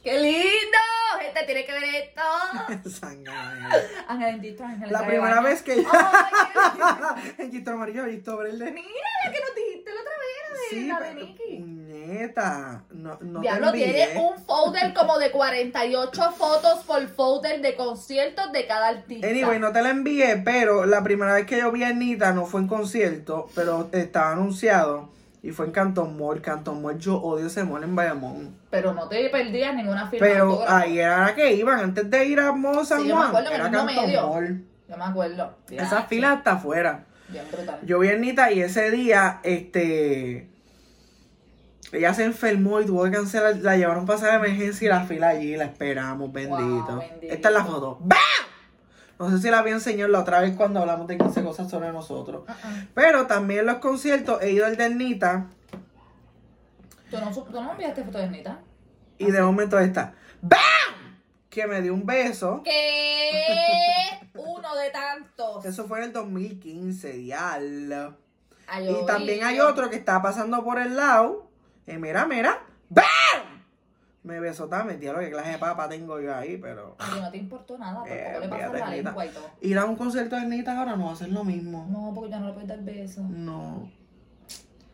Speaker 3: ¡Qué lindo! Gente, tiene que ver esto.
Speaker 1: Sangana.
Speaker 3: Ángel en distro, Ángel en
Speaker 1: La
Speaker 3: traje
Speaker 1: primera
Speaker 3: baño.
Speaker 1: vez que-
Speaker 3: Ay,
Speaker 1: en Quito Amarillo, visto
Speaker 3: qué-
Speaker 1: verde.
Speaker 3: Mira la que nos dijiste la otra vez, la de,
Speaker 1: Sí,
Speaker 3: la de
Speaker 1: pero,
Speaker 3: Nicky.
Speaker 1: puñeta. No, no
Speaker 3: Diablo,
Speaker 1: te envié.
Speaker 3: tiene un folder como de 48 fotos por folder de conciertos de cada artista.
Speaker 1: Anyway, no te la envié, pero la primera vez que yo vi a Anita no fue en concierto, pero estaba anunciado y fue en Canton Mall. Canton Mall, yo odio ese mall en Bayamón.
Speaker 3: Pero no te perdías ninguna firma.
Speaker 1: Pero
Speaker 3: autógrafa.
Speaker 1: ahí era la que iban, antes de ir a Mall San
Speaker 3: Sí, yo me
Speaker 1: Juan,
Speaker 3: acuerdo que
Speaker 1: era
Speaker 3: en el mismo
Speaker 1: Canton
Speaker 3: medio.
Speaker 1: Mall.
Speaker 3: Yo me acuerdo.
Speaker 1: Esa fila hasta afuera.
Speaker 3: Bien brutal.
Speaker 1: Yo vi a Anita y ese día, este. Ella se enfermó y tuvo que cancelar. La llevaron para sala de emergencia y la fila allí la esperamos, bendito.
Speaker 3: bendito.
Speaker 1: Esta es la foto. ¡Bam! No sé si la había enseñado la otra vez cuando hablamos de 15 cosas sobre nosotros. Pero también en los conciertos he ido al de Anita
Speaker 3: ¿Tú no, su- tú no enviaste fotos de Nita?
Speaker 1: y de momento esta. ¡Bam! Que me dio un beso.
Speaker 3: ¿Qué? Uno de tantos.
Speaker 1: Eso fue en el 2015, diablo.
Speaker 3: Ay,
Speaker 1: Y
Speaker 3: oí.
Speaker 1: también hay otro que está pasando por el lado. Y mira, mira. ¡Bam! Me besó también, tío, lo que clase de papa tengo yo ahí, pero.
Speaker 3: Oye, no te importó nada, por
Speaker 1: Eh,
Speaker 3: poco le pasas
Speaker 1: olvídate,
Speaker 3: la
Speaker 1: Nita.
Speaker 3: lengua y todo.
Speaker 1: Ir a un concierto de Nita ahora no va a ser lo mismo.
Speaker 3: No, porque ya no le puedes dar besos.
Speaker 1: No.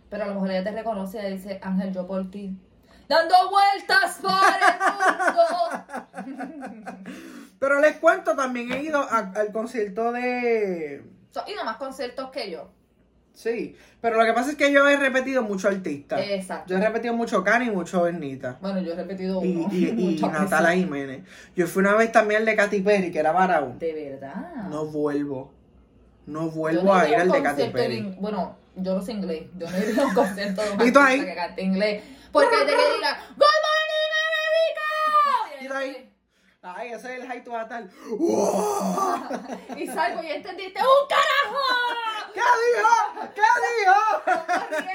Speaker 3: Pero a lo mejor ella te reconoce y dice, Ángel, yo por ti. Dando vueltas por el mundo.
Speaker 1: Pero les cuento, también he ido a- al concierto de.
Speaker 3: So, y nomás conciertos que yo.
Speaker 1: Sí, pero lo que pasa es que yo he repetido mucho artistas.
Speaker 3: Exacto.
Speaker 1: Yo he repetido mucho Cani y mucho Ernita.
Speaker 3: Bueno, yo he repetido
Speaker 1: Y,
Speaker 3: uno.
Speaker 1: y, y
Speaker 3: muchas veces.
Speaker 1: Natalia Jiménez. Yo fui una vez también al de Katy Perry, que era Barao.
Speaker 3: De verdad.
Speaker 1: No vuelvo. No
Speaker 3: Yo
Speaker 1: vuelvo
Speaker 3: no
Speaker 1: a
Speaker 3: iría
Speaker 1: ir
Speaker 3: a
Speaker 1: al
Speaker 3: un
Speaker 1: de Katy
Speaker 3: concierto en
Speaker 1: Perry.
Speaker 3: in- Bueno, yo no sé inglés. Yo no iría a un concierto de un
Speaker 1: ¿Y tú
Speaker 3: artista
Speaker 1: ahí?
Speaker 3: que cante inglés. Porque hay de que diga, ¡Good morning, America!
Speaker 1: ¿Y tú ahí? Ay, ese es el high to atar. ¡Wow!
Speaker 3: Y salgo y entendiste, ¡un carajo!
Speaker 1: ¿Qué dijo? ¿Qué dijo?
Speaker 3: Corriendo,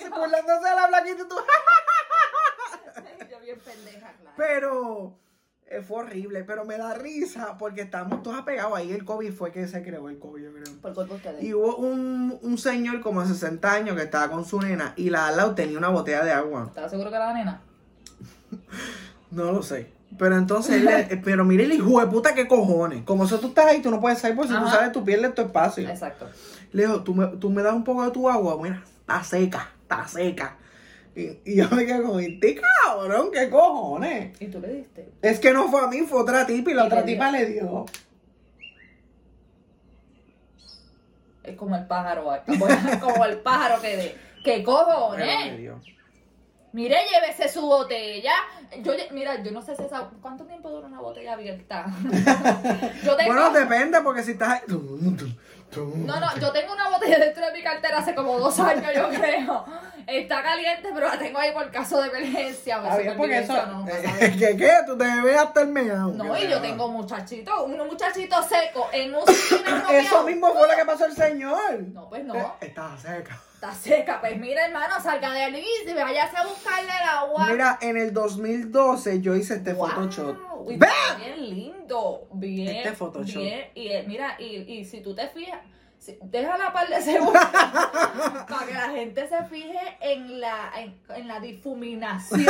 Speaker 1: Y se- burlándose de la blanquita y tú.
Speaker 3: así. Yo bien pendeja, claro.
Speaker 1: Pero eh, fue horrible, pero me da risa porque estábamos todos apegados ahí. El COVID fue que se creó el COVID, yo creo.
Speaker 3: Por culpa de ustedes.
Speaker 1: Y hubo un, un señor como de 60 años que estaba con su nena y la al lado tenía una botella de agua.
Speaker 3: ¿Estás seguro que era la nena?
Speaker 1: No lo sé. Pero entonces, él le- pero mire el hijo de puta, qué cojones. Como eso tú estás ahí, tú no puedes salir porque si tú
Speaker 3: Ajá.
Speaker 1: sales, tú pierdes tu espacio.
Speaker 3: Exacto.
Speaker 1: Le dijo, ¿tú me, tú me das un poco de tu agua, mira, está seca, está seca. Y, y yo me quedé como, este cabrón, qué cojones.
Speaker 3: ¿Y tú le diste?
Speaker 1: Es que no fue a mí, fue otra tipa y la
Speaker 3: Y
Speaker 1: otra
Speaker 3: le dio.
Speaker 1: tipa le dio.
Speaker 3: Es como el pájaro, como el, como el pájaro que de. ¿Qué
Speaker 1: Pero
Speaker 3: cojones?
Speaker 1: le dio.
Speaker 3: Mire, llévese su botella. Yo, lle- mira, yo no sé si esa. ¿Cuánto tiempo dura una botella abierta? yo tengo.
Speaker 1: Bueno, depende, porque si estás ahí. tum, tum, tum.
Speaker 3: no, no, yo tengo una botella dentro de mi cartera hace como dos años, yo creo. Está caliente, pero la tengo ahí por caso de emergencia. por
Speaker 1: Ah, bien, porque eso.
Speaker 3: supervivencia, no, no, no.
Speaker 1: ¿Qué, qué? Tú te bebes hasta el meado.
Speaker 3: No,
Speaker 1: que
Speaker 3: y yo
Speaker 1: sea.
Speaker 3: tengo muchachitos, un muchachito seco en un cine
Speaker 1: Eso
Speaker 3: bloqueado.
Speaker 1: mismo fue lo que pasó al señor.
Speaker 3: No, pues no.
Speaker 1: Eh, Estaba seca.
Speaker 3: Está seca, pues mira hermano, salga de allí y vayase a buscarle el agua.
Speaker 1: Mira, en el 2012 yo hice este
Speaker 3: Wow,
Speaker 1: Photoshop.
Speaker 3: y
Speaker 1: ¡Ve!
Speaker 3: Bien lindo, bien.
Speaker 1: Este Photoshop.
Speaker 3: bien, y eh, mira, y, y si tú te fijas, si- deja la par de segundos para que la gente se fije en la, en, en la difuminación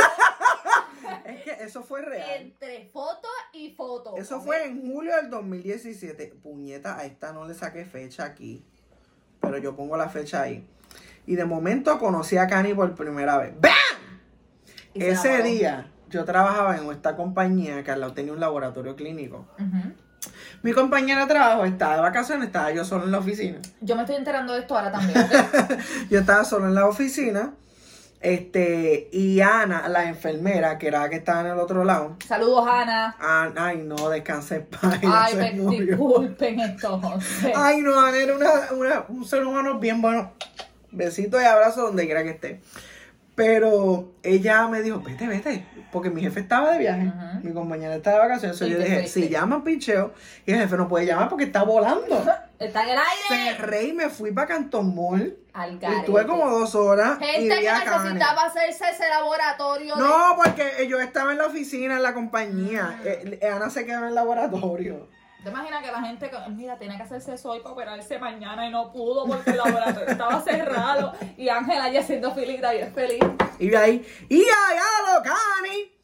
Speaker 1: Es que eso fue real.
Speaker 3: entre foto y foto.
Speaker 1: Eso fue en julio del 2017. Puñeta, a esta no le saqué fecha aquí. Pero yo pongo la fecha ahí. Y de momento conocí a Cani por primera vez. ¡Bam!
Speaker 3: Y se
Speaker 1: Ese
Speaker 3: enamoró.
Speaker 1: día yo trabajaba en esta compañía que al lado tenía un laboratorio clínico.
Speaker 3: Ujú.
Speaker 1: Mi compañera de trabajo estaba de vacaciones, estaba yo solo en la oficina.
Speaker 3: Yo me estoy enterando de esto ahora también. ¿ok?
Speaker 1: Yo estaba solo en la oficina. Este, y Ana, la enfermera, que era la que estaba en el otro lado.
Speaker 3: Saludos, Ana.
Speaker 1: Ana- ay, no, descansé en paz, ella
Speaker 3: Ay,
Speaker 1: se
Speaker 3: me-
Speaker 1: murió.
Speaker 3: disculpen esto, José.
Speaker 1: Ay, no, Ana era una, una- un ser humano bien bueno. Besitos y abrazos donde quiera que esté. Pero ella me dijo, vete, vete. Porque mi jefe estaba de viaje,
Speaker 3: Ujú.
Speaker 1: mi compañera estaba de vacaciones.
Speaker 3: Y
Speaker 1: yo
Speaker 3: te
Speaker 1: dije,
Speaker 3: fuiste.
Speaker 1: si llaman pincheo, y el jefe no puede llamar porque está volando.
Speaker 3: Está en el aire.
Speaker 1: Cerré y me fui para Canton Mall.
Speaker 3: Al
Speaker 1: Y
Speaker 3: garete.
Speaker 1: tuve como dos horas. y
Speaker 3: Gente
Speaker 1: vi
Speaker 3: que
Speaker 1: a Karen.
Speaker 3: necesitaba hacerse ese laboratorio. de- Ah.
Speaker 1: No, porque yo estaba en la oficina, en la compañía. Eh, eh, Ana se quedó en el laboratorio.
Speaker 3: ¿Te imaginas que la gente, que- mira, tenía que hacerse eso hoy para operarse mañana y no pudo porque el laboratorio estaba cerrado y Ángela allí haciendo filita y es feliz.
Speaker 1: Y de ahí, y allá lo cani.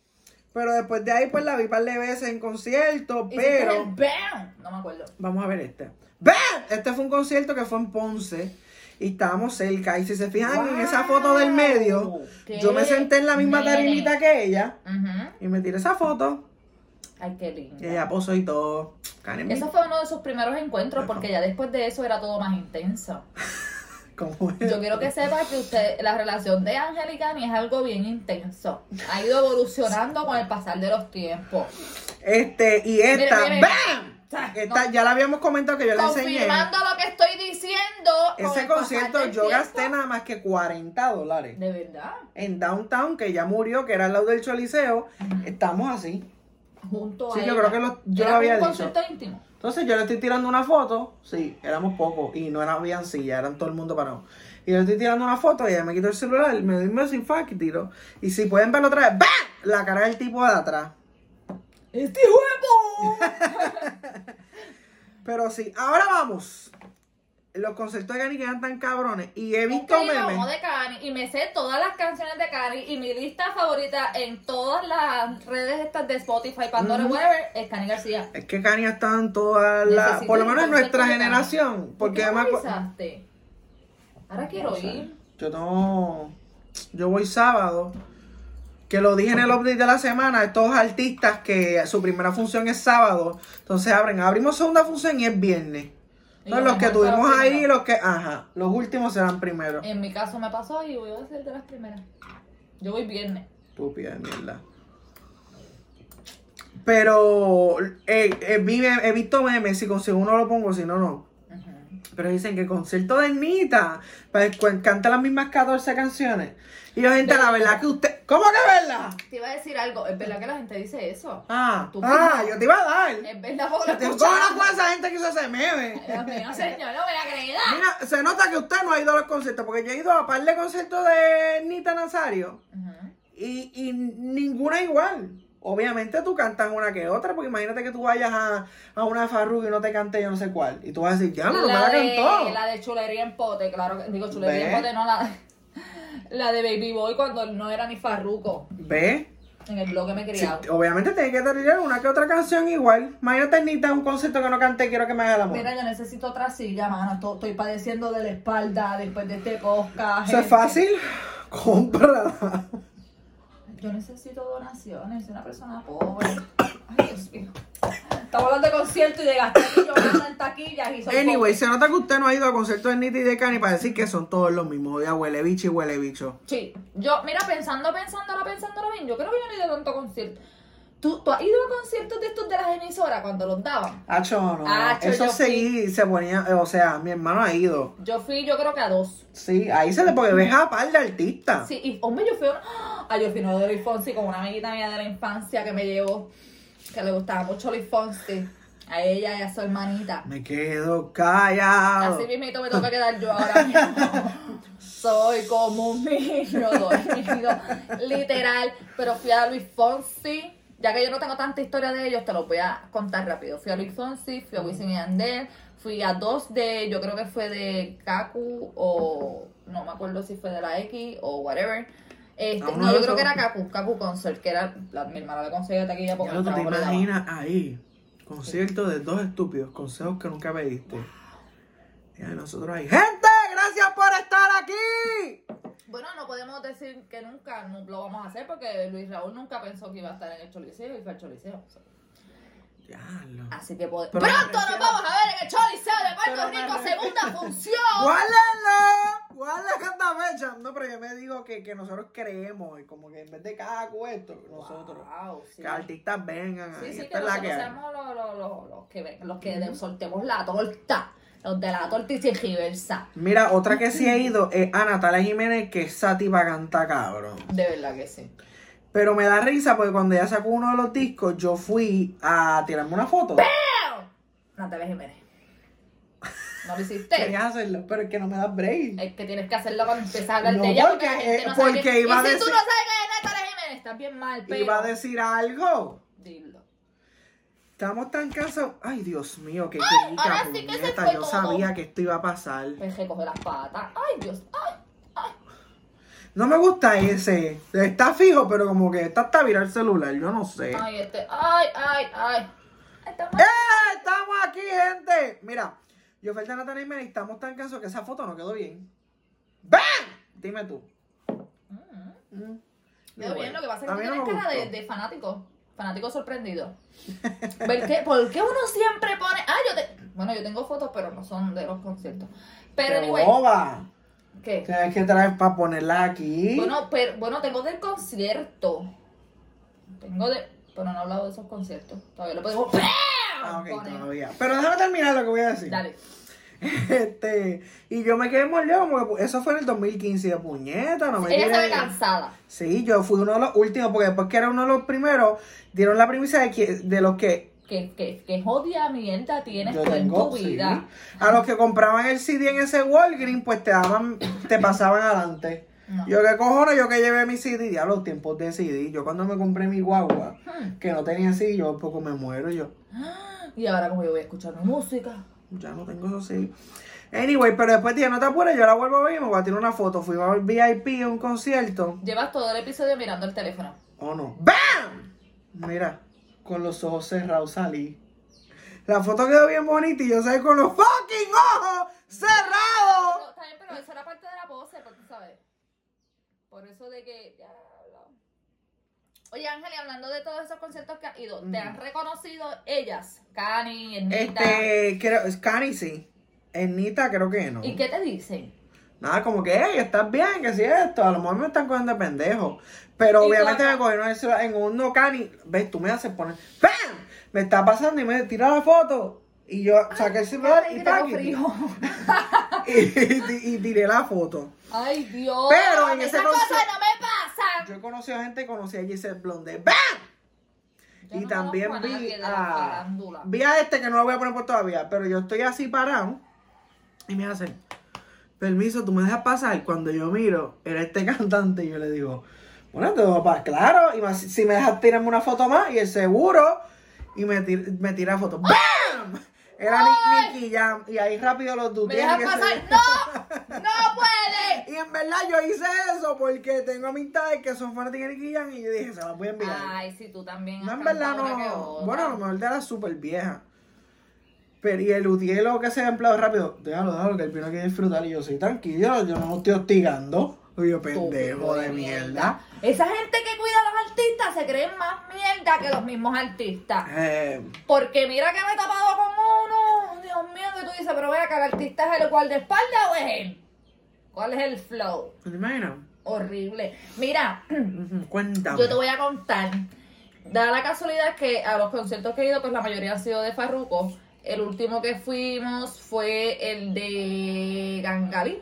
Speaker 1: Pero después de ahí, pues la vi par de veces en concierto,
Speaker 3: Hiciste el
Speaker 1: pero.
Speaker 3: ¡bam! No me acuerdo.
Speaker 1: Vamos a ver este. ¡Ven! Este fue un concierto que fue en Ponce. Y estábamos cerca. Y si se fijan en esa foto del medio,
Speaker 3: ¡Qué
Speaker 1: yo me senté en la misma
Speaker 3: nene!
Speaker 1: tarimita que ella.
Speaker 3: Ujú.
Speaker 1: Y me tiré esa foto.
Speaker 3: Ay, qué
Speaker 1: Y
Speaker 3: lindo.
Speaker 1: ella posó y todo. Cani,
Speaker 3: Eso fue uno de sus primeros encuentros porque ya después de eso era todo más intenso.
Speaker 1: ¿cómo es?
Speaker 3: Yo quiero que sepa que usted, la relación de Ángel y Cani es algo bien intenso. Ha ido evolucionando con el pasar de los tiempos.
Speaker 1: Este, y esta,
Speaker 3: Mira, mira,
Speaker 1: ¡bam!
Speaker 3: mira.
Speaker 1: Esta, ya la habíamos comentado que yo le enseñé.
Speaker 3: Confirmando lo que estoy diciendo. con
Speaker 1: Ese
Speaker 3: el pasar
Speaker 1: concierto
Speaker 3: del
Speaker 1: yo
Speaker 3: tiempo.
Speaker 1: gasté nada más que 40 dólares.
Speaker 3: De verdad.
Speaker 1: En Downtown, que ya murió, que era al lado del Choliseo, estamos así.
Speaker 3: Junto
Speaker 1: Sí,
Speaker 3: a
Speaker 1: yo
Speaker 3: ella.
Speaker 1: creo que lo- yo
Speaker 3: Era
Speaker 1: lo había
Speaker 3: un
Speaker 1: dicho.
Speaker 3: concierto íntimo.
Speaker 1: Entonces yo le estoy tirando una foto, sí, éramos pocos y no eran habían silla, eran todo el mundo parado. Y yo le estoy tirando una foto y ella me quitó el celular, me dio un messing fuck y tiro. Y si pueden verlo otra vez, ¡bam! La cara del tipo de atrás.
Speaker 3: ¡Este huevo!
Speaker 1: Pero sí, ahora vamos. Los conciertos de Gani quedan tan cabrones y he visto
Speaker 3: Estoy
Speaker 1: memes.
Speaker 3: lomo de Cani y me sé todas las canciones de Cani y mi lista favorita en todas las redes estas de Spotify, Pandora,
Speaker 1: Ujú.
Speaker 3: whatever, es Cani García.
Speaker 1: Es que Kanye está en todas las.
Speaker 3: Necesito
Speaker 1: Por lo menos en
Speaker 3: encontrar
Speaker 1: nuestra
Speaker 3: con Kanye.
Speaker 1: generación.
Speaker 3: ¿Por
Speaker 1: Porque
Speaker 3: qué no
Speaker 1: además.
Speaker 3: avisaste? Ahora quiero ir.
Speaker 1: Yo no. Yo voy sábado. que lo dije en el update de la semana, estos artistas que su primera función es sábado, entonces abren, abrimos segunda función y es viernes.
Speaker 3: Y
Speaker 1: Entonces,
Speaker 3: lo
Speaker 1: los que
Speaker 3: mejor
Speaker 1: tuvimos
Speaker 3: para los
Speaker 1: ahí,
Speaker 3: primeros. Eh.
Speaker 1: los que, ajá, los últimos serán primero.
Speaker 3: En mi caso me pasó y voy a ser de las primeras. Yo voy viernes.
Speaker 1: Estúpida de mierda. Pero eh, eh, vi mem- he visto memes, si consigo uno lo pongo, si no, no. Pero dicen que concierto de Nita pues, cu- canta las mismas 14 canciones. Y la gente, la verdad que usted. ¿Cómo que verdad?
Speaker 3: Te iba a decir algo. Es verdad que la gente dice eso.
Speaker 1: Ah,
Speaker 3: Tú Eh,
Speaker 1: ah
Speaker 3: mismo.
Speaker 1: yo te iba a dar.
Speaker 3: Es verdad porque lo
Speaker 1: Te
Speaker 3: escuchas.
Speaker 1: cola con esa gente que hizo ese meme.
Speaker 3: Dios mío, señor, no me la creída.
Speaker 1: Mira, se nota que usted no ha ido a los conciertos, porque yo he ido a par de conciertos de Nita Nazario. Y, y ninguna igual. Obviamente tú cantas una que otra, porque imagínate que tú vayas a, a una de Farruko y no te cante yo no sé cuál. Y tú vas a decir, ya, no, no me la cantó.
Speaker 3: de, la de chulería en pote, claro que. Digo, chulería
Speaker 1: Ve.
Speaker 3: en pote, no la La de Baby Boy cuando no era ni farruco.
Speaker 1: ¿Ves?
Speaker 3: En el blog que me he
Speaker 1: Sí,
Speaker 3: criado.
Speaker 1: obviamente tiene que tener una que otra canción igual. Imagínate Nita un concierto que no cante Quiero que me haga el amor.
Speaker 3: Mira, yo necesito otra silla, mano. Estoy, estoy padeciendo de la espalda después de este podcast.
Speaker 1: Eso es fácil. Cómprala.
Speaker 3: Yo necesito donaciones, soy una persona pobre. Ay, Dios mío. Estamos hablando de concierto y de gastar millones en taquillas y son
Speaker 1: Anyway, se nota que usted no ha ido a conciertos de Nita y de Cani para decir que son todos los mismos. Odia huele bicho y huele bicho.
Speaker 3: pobres. Sí, yo, mira, pensando, pensándolo, pensándolo bien, yo creo que yo no he ido a tanto concierto. ¿Tú, tú has ido a conciertos de estos de las emisoras cuando los daban?
Speaker 1: Hacho, no.
Speaker 3: Hacho,
Speaker 1: Eso
Speaker 3: Ah, yo
Speaker 1: seguí, se ponía, eh, o sea, mi hermano ha ido.
Speaker 3: Yo fui, yo creo que a dos.
Speaker 1: Sí, ahí se le porque ves a par de artistas.
Speaker 3: Sí, y hombre, yo fui a uno, ¡Ah! yo fui a uno de Luis Fonsi con una amiguita mía de la infancia que me llevó, que le gustaba mucho Luis Fonsi, a ella y a su hermanita.
Speaker 1: Me quedo callado.
Speaker 3: Así mismito me toca quedar yo ahora mismo. Soy como un niño dormido, literal. Pero fui a Luis Fonsi. Ya que yo no tengo tanta historia de ellos, te lo voy a contar rápido. Fui a Luis Fonsi, fui a Wisin y Yandel, fui a dos de, yo creo que fue de Kaku o no me acuerdo si fue de la X o whatever. Este,
Speaker 1: Ah, uno
Speaker 3: no,
Speaker 1: de
Speaker 3: yo
Speaker 1: esos.
Speaker 3: creo que era Kaku, Kaku Concert, que era, la- mi hermana le conseguía taquilla porque
Speaker 1: Ya no
Speaker 3: el
Speaker 1: te
Speaker 3: trabajo le daba.
Speaker 1: imaginas ahí. Concierto de dos estúpidos, consejos que nunca pediste. Y a nosotros ahí. ¡Gente! ¡Gracias por estar aquí!
Speaker 3: Bueno, no podemos decir que nunca no lo vamos a hacer porque Luis Raúl nunca pensó que iba a estar en el Choliseo y fue al Choliseo.
Speaker 1: Ya lo.
Speaker 3: Así que pod-
Speaker 1: Pero me
Speaker 3: pronto nos
Speaker 1: refiero-
Speaker 3: vamos a ver en el Choliseo de Puerto
Speaker 1: Pero me
Speaker 3: Rico,
Speaker 1: refiero-
Speaker 3: segunda función.
Speaker 1: ¡Guárdalo! ¡Guárdalo esta fecha! No, pero yo me digo que, que nosotros creemos, y como que en vez de cada cuento, nosotros.
Speaker 3: Wow, sí.
Speaker 1: Que artistas vengan ahí.
Speaker 3: Sí, sí,
Speaker 1: esta es
Speaker 3: que
Speaker 1: la
Speaker 3: nosotros
Speaker 1: que hay.
Speaker 3: seamos los, los, los, los que, ven- los que de- soltemos la torta. Los de la torta y tergiversa.
Speaker 1: Mira, otra que sí he ido es a Natalia Jiménez, que es Sati Baganta, cabrón.
Speaker 3: De verdad que sí.
Speaker 1: Pero me da risa porque cuando ella sacó uno de los discos, yo fui a tirarme una foto.
Speaker 3: Natalia Jiménez. ¿No lo hiciste?
Speaker 1: Quería hacerlo, pero es que no me da break.
Speaker 3: Es que tienes que hacerlo cuando empiezas a hablar
Speaker 1: No,
Speaker 3: de ella
Speaker 1: porque,
Speaker 3: porque, la gente
Speaker 1: eh,
Speaker 3: no sabe
Speaker 1: porque
Speaker 3: quién-
Speaker 1: iba a
Speaker 3: y si tú
Speaker 1: decir-
Speaker 3: no sabes que es Natalia Jiménez, estás bien mal, pero...
Speaker 1: Iba a decir algo.
Speaker 3: Dilo.
Speaker 1: Estamos tan cansados. Ay, Dios mío, qué rica
Speaker 3: ahora sí que se
Speaker 1: puñeta.
Speaker 3: fue
Speaker 1: Yo
Speaker 3: todo.
Speaker 1: sabía que esto iba a pasar.
Speaker 3: Pues recoge las patas. Ay, Dios. Ay,
Speaker 1: No me gusta ese. Está fijo, pero como que está hasta virar el celular. Yo no sé.
Speaker 3: ay, este. Ay, ay, ay. Está mal.
Speaker 1: ¡Eh! ¡Estamos aquí, gente! Mira, yo falta Natalia Jiménez y estamos tan cansados que esa foto no quedó bien. ¡Ven! Dime tú. Mm.
Speaker 3: Pero bien, lo que pasa es
Speaker 1: A
Speaker 3: que tú
Speaker 1: mí no
Speaker 3: tienes
Speaker 1: me
Speaker 3: cara de,
Speaker 1: gustó.
Speaker 3: de fanático. Fanático sorprendido. ¿Por qué, ¿Por qué uno siempre pone.? Ah, yo te. Bueno, yo tengo fotos, pero no son de los conciertos. Pero,
Speaker 1: ¡Qué
Speaker 3: anyway.
Speaker 1: boba!
Speaker 3: ¿Qué?
Speaker 1: Tienes que traer para ponerla aquí.
Speaker 3: Bueno, pero, bueno, tengo del concierto. Tengo de. Pero no he hablado de esos conciertos. Todavía lo podemos.
Speaker 1: Ah, ok,
Speaker 3: poner.
Speaker 1: todavía. Pero déjame terminar lo que voy a decir.
Speaker 3: Dale.
Speaker 1: Este, y yo me quedé mordido como que eso fue en el 2015 de puñeta, no me
Speaker 3: Ella se
Speaker 1: tiene-
Speaker 3: ve cansada.
Speaker 1: Sí, yo fui uno de los últimos, porque después que era uno de los primeros, dieron la premisa de, que, de los que
Speaker 3: Que, que, que jodida mierda tienes
Speaker 1: yo
Speaker 3: tú en
Speaker 1: tengo,
Speaker 3: tu
Speaker 1: sí.
Speaker 3: vida.
Speaker 1: A los que compraban el CD en ese Walgreens, pues te daban, te pasaban adelante.
Speaker 3: No.
Speaker 1: Yo qué cojones, yo que llevé mi CD, ya los tiempos de CD. Yo cuando me compré mi guagua,
Speaker 3: Hmm.
Speaker 1: que no tenía CD, yo un poco me muero yo.
Speaker 3: Y ahora como yo voy a escuchar mi música.
Speaker 1: Ya no tengo eso sí. Anyway, pero después dije, no te apures, yo la vuelvo a ver y me voy a tirar una foto. Fui al VIP a un concierto.
Speaker 3: Llevas todo el episodio mirando el teléfono.
Speaker 1: ¿O no? ¡Bam! Mira, con los ojos cerrados salí. La foto quedó bien bonita y yo salí con los fucking ojos cerrados.
Speaker 3: Pero, también, pero eso era parte de la pose, pues, tú sabes. Por eso de que... ya, lo- Oye, Ángel, y hablando de todos esos conciertos que has ido, ¿te han reconocido ellas? Cani, Ernita.
Speaker 1: Este, creo, es Cani sí. Ernita creo que no.
Speaker 3: ¿Y qué te dicen?
Speaker 1: Nada, como que, hey, estás bien, que si esto, a lo mejor me están cogiendo de pendejo. Pero
Speaker 3: Y
Speaker 1: obviamente
Speaker 3: cuando-
Speaker 1: me cogieron el celular en un no cani. Ves, tú me haces poner, ¡Pam! Me está pasando y me tira la foto. Y yo saqué el celular
Speaker 3: Ay,
Speaker 1: y,
Speaker 3: que
Speaker 1: tac,
Speaker 3: tengo frío.
Speaker 1: y, y- y tiré la foto.
Speaker 3: Ay, Dios.
Speaker 1: Pero en ese
Speaker 3: Esas cosas
Speaker 1: conci-
Speaker 3: no me pasan.
Speaker 1: Yo conocí a gente, conocí a Giselle Blonde. ¡Bam!
Speaker 3: Yo
Speaker 1: y
Speaker 3: no
Speaker 1: también
Speaker 3: conozco a
Speaker 1: vi
Speaker 3: nadie de la
Speaker 1: a,
Speaker 3: farándula.
Speaker 1: vi a este que no lo voy a poner por todavía, pero yo estoy así parado y me hacen, permiso, tú me dejas pasar. Cuando yo miro, era este cantante y yo le digo, bueno, te dejo pasar, claro, y más, si me dejas tirarme una foto más y el seguro, y me, tir- me tira foto. ¡Bam! Era
Speaker 3: ¡Ay!
Speaker 1: Nick- Nicky Jam y ahí rápido los
Speaker 3: ¿Me
Speaker 1: dutean.
Speaker 3: dejas
Speaker 1: que se-
Speaker 3: pasar? ¡No! ¡No puede!
Speaker 1: Y en verdad yo hice eso porque tengo amistades que son fanáticas de Nicky Jam y yo dije, se las voy a enviar.
Speaker 3: Ay, si tú también.
Speaker 1: No,
Speaker 3: has
Speaker 1: en verdad
Speaker 3: cantado una que
Speaker 1: no.
Speaker 3: otra.
Speaker 1: Bueno, a lo mejor te era súper vieja. Pero y el utielo que se ha empleado rápido, déjalo, déjalo, que el pino quiere disfrutar. Y yo, sí, tranquilo, yo no me estoy hostigando. Y yo, pendejo de mierda.
Speaker 3: Esa gente que cuida a los artistas se creen más mierda que los mismos artistas.
Speaker 1: Eh,
Speaker 3: Porque mira que me he tapado con uno. Dios mío, que tú dices, pero vea que el artista es el cual de espalda o es él. ¿Cuál es el flow?
Speaker 1: ¿Te imaginas?
Speaker 3: Horrible. Mira,
Speaker 1: Ujú, Cuéntame.
Speaker 3: yo te voy a contar. Da la casualidad que a los conciertos que he ido, pues la mayoría han sido de Farruko. El último que fuimos fue el de Gangali.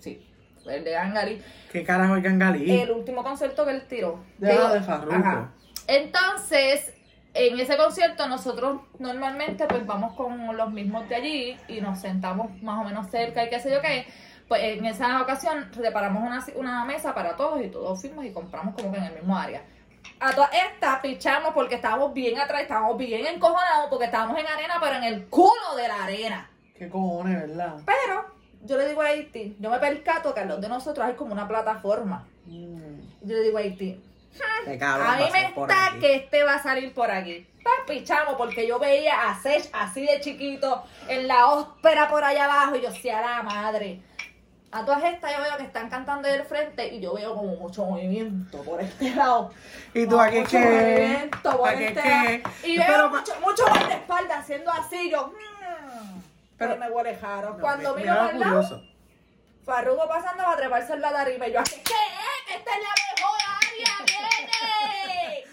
Speaker 3: Sí, fue el de Gangali.
Speaker 1: ¿Qué carajo es Gangalí?
Speaker 3: El último concierto que él tiró.
Speaker 1: De
Speaker 3: Digo,
Speaker 1: la de Farruko.
Speaker 3: ajá. Entonces, en ese concierto nosotros normalmente pues vamos con los mismos de allí y nos sentamos más o menos cerca y qué sé yo qué. Pues en esa ocasión reparamos una, una mesa para todos y todos fuimos y compramos como que en el mismo área. A todas estas pichamos porque estábamos bien atrás, estábamos bien encojonados porque estábamos en arena, pero en el culo de la arena.
Speaker 1: Qué cojones, ¿verdad?
Speaker 3: Pero yo le digo a Haití, yo me percato que al lado de nosotros hay como una plataforma.
Speaker 1: Mm,
Speaker 3: Yo le digo a Haití,
Speaker 1: Qué cabrón.
Speaker 3: a mí
Speaker 1: pasar
Speaker 3: me
Speaker 1: por
Speaker 3: está
Speaker 1: aquí.
Speaker 3: que este va a salir por aquí. Papi, chamo, porque yo veía a Sech así de chiquito en la ópera por allá abajo y yo decía, la madre. A todas estas yo veo que están cantando del frente y yo veo como mucho movimiento por este lado.
Speaker 1: Y tú
Speaker 3: Ah,
Speaker 1: aquí
Speaker 3: mucho
Speaker 1: que.
Speaker 3: movimiento por
Speaker 1: Aquí
Speaker 3: este
Speaker 1: que.
Speaker 3: lado. Y veo
Speaker 1: Pero, pa-
Speaker 3: mucho, mucho más de espalda haciendo así, yo... mm,
Speaker 1: Pero-
Speaker 3: pero me huele jaro.
Speaker 1: No,
Speaker 3: Cuando
Speaker 1: me- me
Speaker 3: miro
Speaker 1: da
Speaker 3: para el lado,
Speaker 1: curioso.
Speaker 3: Farruko pasando va a treparse en la tarima y yo así, ¿qué es? Que esta es la mejor área, viene.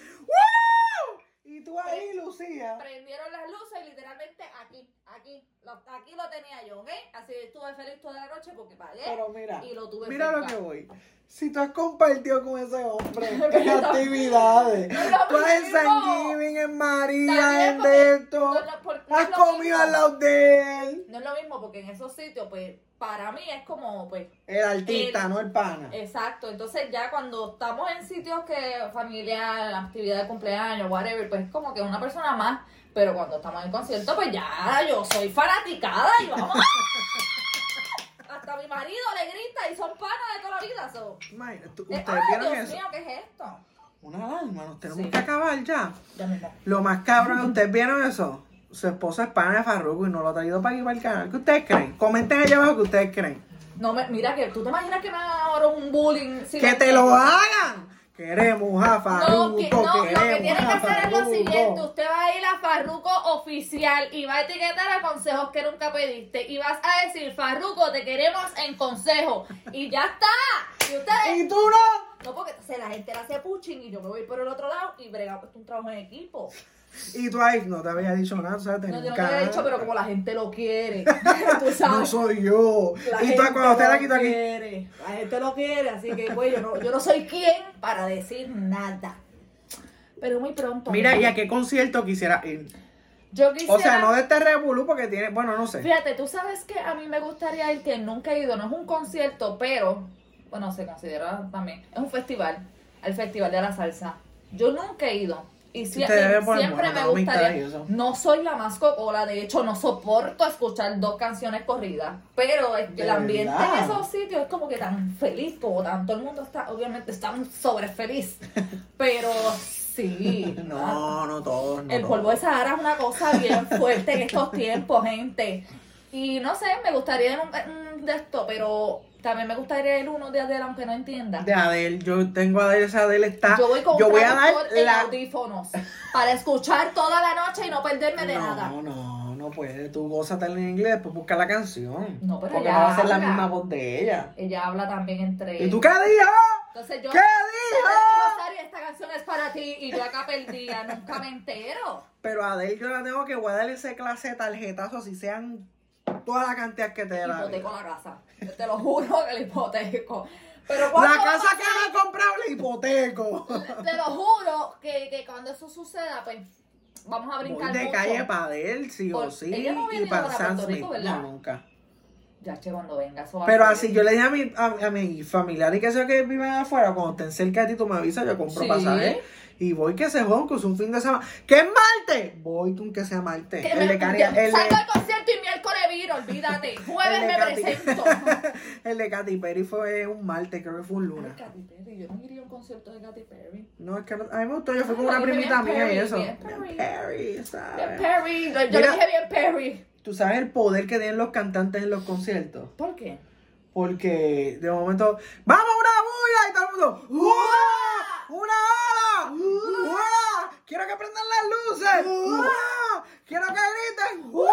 Speaker 1: Y tú ahí, Lucía.
Speaker 3: Prendieron las luces y literalmente aquí, aquí, lo, aquí lo tenía yo, ¿ok? Así que estuve feliz toda la noche porque pagué
Speaker 1: Pero mira,
Speaker 3: y lo tuve
Speaker 1: mira lo
Speaker 3: cerca.
Speaker 1: que voy. Si tú has compartido con ese hombre en
Speaker 3: Pero-
Speaker 1: actividades,
Speaker 3: No es lo
Speaker 1: tú has en San
Speaker 3: mismo.
Speaker 1: Giving, en María,
Speaker 3: También
Speaker 1: en
Speaker 3: porque-
Speaker 1: Beto,
Speaker 3: no es lo- por- no
Speaker 1: has
Speaker 3: es lo
Speaker 1: comido
Speaker 3: mismo.
Speaker 1: al lado de él.
Speaker 3: No es lo mismo porque en esos sitios, pues, para mí es como, pues,
Speaker 1: El artista,
Speaker 3: El- eh,
Speaker 1: no el pana.
Speaker 3: exacto. Entonces ya cuando estamos en sitios que familiar, actividad de cumpleaños, whatever, pues es como que una persona más. Pero cuando estamos en concierto, pues ya yo soy fanaticada y vamos. Hasta mi marido le grita y son panas de toda la vida. So.
Speaker 1: Imagina, tú-
Speaker 3: Eh,
Speaker 1: ¿Ustedes
Speaker 3: Ay,
Speaker 1: vieron
Speaker 3: Dios
Speaker 1: eso?
Speaker 3: mío, ¿qué es esto?
Speaker 1: Una alarma, nos tenemos
Speaker 3: Sí.
Speaker 1: que acabar ya.
Speaker 3: Ya mismo.
Speaker 1: Lo más cabrón, ¿ustedes vieron eso? Su esposa es pana de Farruko y no lo ha traído para aquí para el canal. ¿Qué ustedes creen? Comenten allá abajo qué ustedes creen.
Speaker 3: No, me, mira que tú te imaginas que me hagan ahora un bullying. si
Speaker 1: ¡Que
Speaker 3: lo-
Speaker 1: te lo hagan! Queremos a Farruko,
Speaker 3: No, que, no, lo que tienen
Speaker 1: queremos
Speaker 3: que
Speaker 1: a
Speaker 3: hacer es lo
Speaker 1: Farruko.
Speaker 3: siguiente. Usted va a ir a Farruco oficial y va a etiquetar a consejos que nunca pediste. Y vas a decir, Farruco, te queremos en consejo. Y ya está. Y ustedes...
Speaker 1: ¡Y tú no!
Speaker 3: No, porque entonces la gente la hace pushing y yo me voy por el otro lado y bregamos un trabajo en equipo.
Speaker 1: Y tú ahí no te había dicho nada, ¿sabes?
Speaker 3: No, yo no te
Speaker 1: nunca-
Speaker 3: había dicho, pero como la gente lo quiere, tú sabes.
Speaker 1: No soy yo.
Speaker 3: La
Speaker 1: y tú ahí,
Speaker 3: gente
Speaker 1: cuando usted
Speaker 3: lo
Speaker 1: la quito aquí.
Speaker 3: quiere, La gente lo quiere, así que güey, yo no, yo no soy quien para decir nada. Pero muy pronto.
Speaker 1: Mira, ¿y a qué concierto quisiera ir?
Speaker 3: yo quisiera.
Speaker 1: O sea, no de este revolú porque tiene, bueno, no sé.
Speaker 3: Fíjate, tú sabes que a mí me gustaría ir, que nunca he ido, no es un concierto, pero, bueno, se considera también, es un festival, el Festival de la Salsa. Yo nunca he ido. Y, si-
Speaker 1: Y te debe
Speaker 3: y
Speaker 1: poner
Speaker 3: siempre
Speaker 1: buena,
Speaker 3: me
Speaker 1: no me
Speaker 3: gustaría.
Speaker 1: interesa.
Speaker 3: No soy la más cocola, de hecho, no soporto escuchar dos canciones corridas. Pero es que
Speaker 1: ¿De
Speaker 3: el ambiente
Speaker 1: verdad?
Speaker 3: en esos sitios es como que tan feliz, como tan. Todo el mundo está, obviamente, está sobre feliz. Pero sí. ah,
Speaker 1: No, no todos. No
Speaker 3: El
Speaker 1: todos.
Speaker 3: polvo de Sahara es una cosa bien fuerte en estos tiempos, gente. Y no sé, me gustaría ir a un, un de esto, pero También me gustaría ir uno de Adele, aunque no entienda.
Speaker 1: De Adele, yo tengo a Adele, esa Adele está.
Speaker 3: Yo voy con
Speaker 1: yo
Speaker 3: un
Speaker 1: voy a dar
Speaker 3: traductor en
Speaker 1: la.
Speaker 3: audífonos para escuchar toda la noche y no perderme de nada.
Speaker 1: No, no, no puede. Tú gózatela en inglés, después busca la canción.
Speaker 3: No, pero
Speaker 1: Porque
Speaker 3: ella
Speaker 1: no va a ser la
Speaker 3: habla.
Speaker 1: misma voz de ella.
Speaker 3: Ella habla también entre
Speaker 1: ¿Y tú qué dijo?
Speaker 3: Entonces
Speaker 1: ¿Qué
Speaker 3: yo
Speaker 1: dijo?
Speaker 3: Rosario, esta canción es para ti y yo acá perdida, nunca me entero.
Speaker 1: Pero a Adele yo la tengo que guardar ese clase de tarjetazo, así sean toda la cantidad que te dé la.
Speaker 3: Hipoteco la casa. Yo te lo juro que la hipoteco. Pero cuando
Speaker 1: La casa que me ha comprado la hipoteco.
Speaker 3: te lo juro que, que cuando eso suceda, pues vamos a
Speaker 1: Voy
Speaker 3: brincar
Speaker 1: de
Speaker 3: mucho.
Speaker 1: calle para Adele, sí o
Speaker 3: Por-
Speaker 1: sí.
Speaker 3: ella no ha
Speaker 1: y
Speaker 3: venido
Speaker 1: para
Speaker 3: para
Speaker 1: Sam
Speaker 3: Puerto
Speaker 1: Smith.
Speaker 3: Rico, ¿verdad?
Speaker 1: No, nunca.
Speaker 3: Ya che cuando venga eso va a
Speaker 1: Pero
Speaker 3: ser-
Speaker 1: así yo le dije a mi, a, a mi familiar y que sea que viven afuera, cuando estén cerca de ti, tú me avisas, yo compro
Speaker 3: Sí.
Speaker 1: pasaje. Y voy que se jodan, que es un fin de semana. ¿Qué es Marte? Voy con que sea Marte.
Speaker 3: Que
Speaker 1: El
Speaker 3: me-
Speaker 1: de Cari-
Speaker 3: que
Speaker 1: el
Speaker 3: salgo
Speaker 1: de-
Speaker 3: al concierto y miércoles vino, olvídate. Jueves
Speaker 1: el de
Speaker 3: me
Speaker 1: Katy-
Speaker 3: presento.
Speaker 1: el de Katy Perry fue un Marte, creo que fue un lunes.
Speaker 3: Katy Perry, yo no iría a un concierto de Katy Perry.
Speaker 1: No, es que no- a mí me gustó, yo fui con
Speaker 3: Ah,
Speaker 1: una
Speaker 3: bien
Speaker 1: primita mía y
Speaker 3: Perry,
Speaker 1: eso.
Speaker 3: bien
Speaker 1: Bien
Speaker 3: Perry.
Speaker 1: Perry,
Speaker 3: Bien
Speaker 1: ¿sabes?
Speaker 3: Perry, yo, yo
Speaker 1: Mira.
Speaker 3: dije bien Perry.
Speaker 1: Tú sabes el poder que tienen los cantantes en los conciertos.
Speaker 3: ¿Por qué?
Speaker 1: Porque de momento, ¡vamos una bulla! Y todo el mundo, ¡Uah! ¡Una hora! ¡Uah! ¡Quiero que prendan las luces! ¡Uah! ¡Quiero que griten! ¡Uah!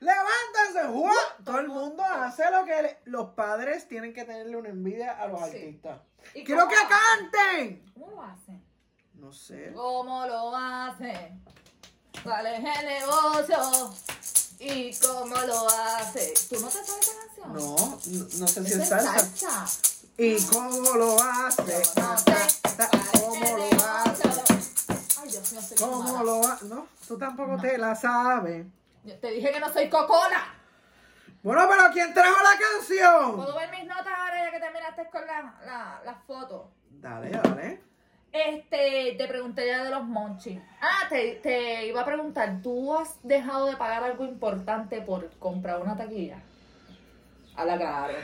Speaker 1: ¡Levántense! ¡Uah! Todo el mundo hace lo que le- los padres tienen que tenerle una envidia a los
Speaker 3: Sí.
Speaker 1: artistas.
Speaker 3: ¿Y
Speaker 1: ¡Quiero
Speaker 3: cómo
Speaker 1: que
Speaker 3: lo hacen?
Speaker 1: canten!
Speaker 3: ¿Cómo lo hacen?
Speaker 1: No sé.
Speaker 3: ¿Cómo lo hacen? ¿Cuál es el negocio? ¿Y cómo lo hacen? ¿Tú no te sabes esa
Speaker 1: No,
Speaker 3: canción?
Speaker 1: no, no sé si
Speaker 3: Eso
Speaker 1: es
Speaker 3: es
Speaker 1: salsa.
Speaker 3: salsa.
Speaker 1: ¿Y cómo lo hace?
Speaker 3: Yo no sé cuál es
Speaker 1: ¿Cómo
Speaker 3: el
Speaker 1: lo
Speaker 3: negocio.
Speaker 1: hace?
Speaker 3: Ay, Dios mío, soy
Speaker 1: ¿Cómo
Speaker 3: mala.
Speaker 1: lo va? No, tú tampoco te la sabes.
Speaker 3: Yo Te dije que no soy cocola.
Speaker 1: Bueno, pero ¿quién trajo la
Speaker 3: ¿Puedo
Speaker 1: canción?
Speaker 3: ver mis notas ahora ya que terminaste con las la, las fotos?
Speaker 1: Dale, dale.
Speaker 3: Este, te pregunté ya de los monchis. Ah, te, te iba a preguntar, ¿tú has dejado de pagar algo importante por comprar una taquilla? A la cara.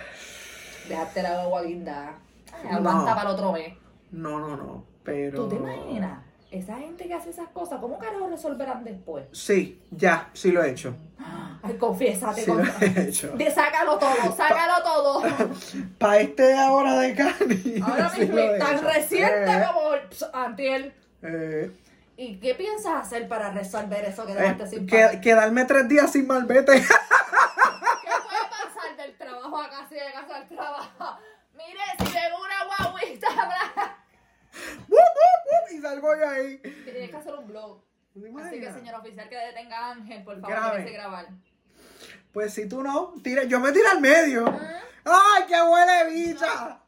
Speaker 3: Dejaste la agua guindada. Ay,
Speaker 1: No.
Speaker 3: Aguanta para el otro mes.
Speaker 1: No, no, no, pero...
Speaker 3: ¿Tú te imaginas? Esa gente que hace esas cosas, ¿cómo carajo resolverán después?
Speaker 1: Sí, ya, sí lo he hecho.
Speaker 3: Ay, confiésate.
Speaker 1: Sí
Speaker 3: con-
Speaker 1: lo he hecho.
Speaker 3: De- sácalo todo, sácalo todo.
Speaker 1: Para este ahora de Cani.
Speaker 3: Ahora
Speaker 1: sí
Speaker 3: mismo,
Speaker 1: lo he
Speaker 3: tan
Speaker 1: hecho.
Speaker 3: reciente
Speaker 1: Eh,
Speaker 3: como el- ps- antiel.
Speaker 1: eh,
Speaker 3: ¿Y qué piensas hacer para resolver eso que dejaste
Speaker 1: eh,
Speaker 3: sin
Speaker 1: que-
Speaker 3: pagar?
Speaker 1: quedarme tres días sin malvete.
Speaker 3: ¿Qué puede pasar del trabajo a casa y de casa al trabajo? Mire, si ven una guaguita blanca.
Speaker 1: Wup, wup, wup, y salgo yo ahí.
Speaker 3: Tienes que hacer un blog.
Speaker 1: ¿Te
Speaker 3: Así que,
Speaker 1: imaginas?
Speaker 3: señor oficial, que detenga a Ángel, por favor,
Speaker 1: Grabe.
Speaker 3: déjese grabar.
Speaker 1: Pues si tú no, tira, yo me tiro al medio. ¡Ay, qué huele bicha!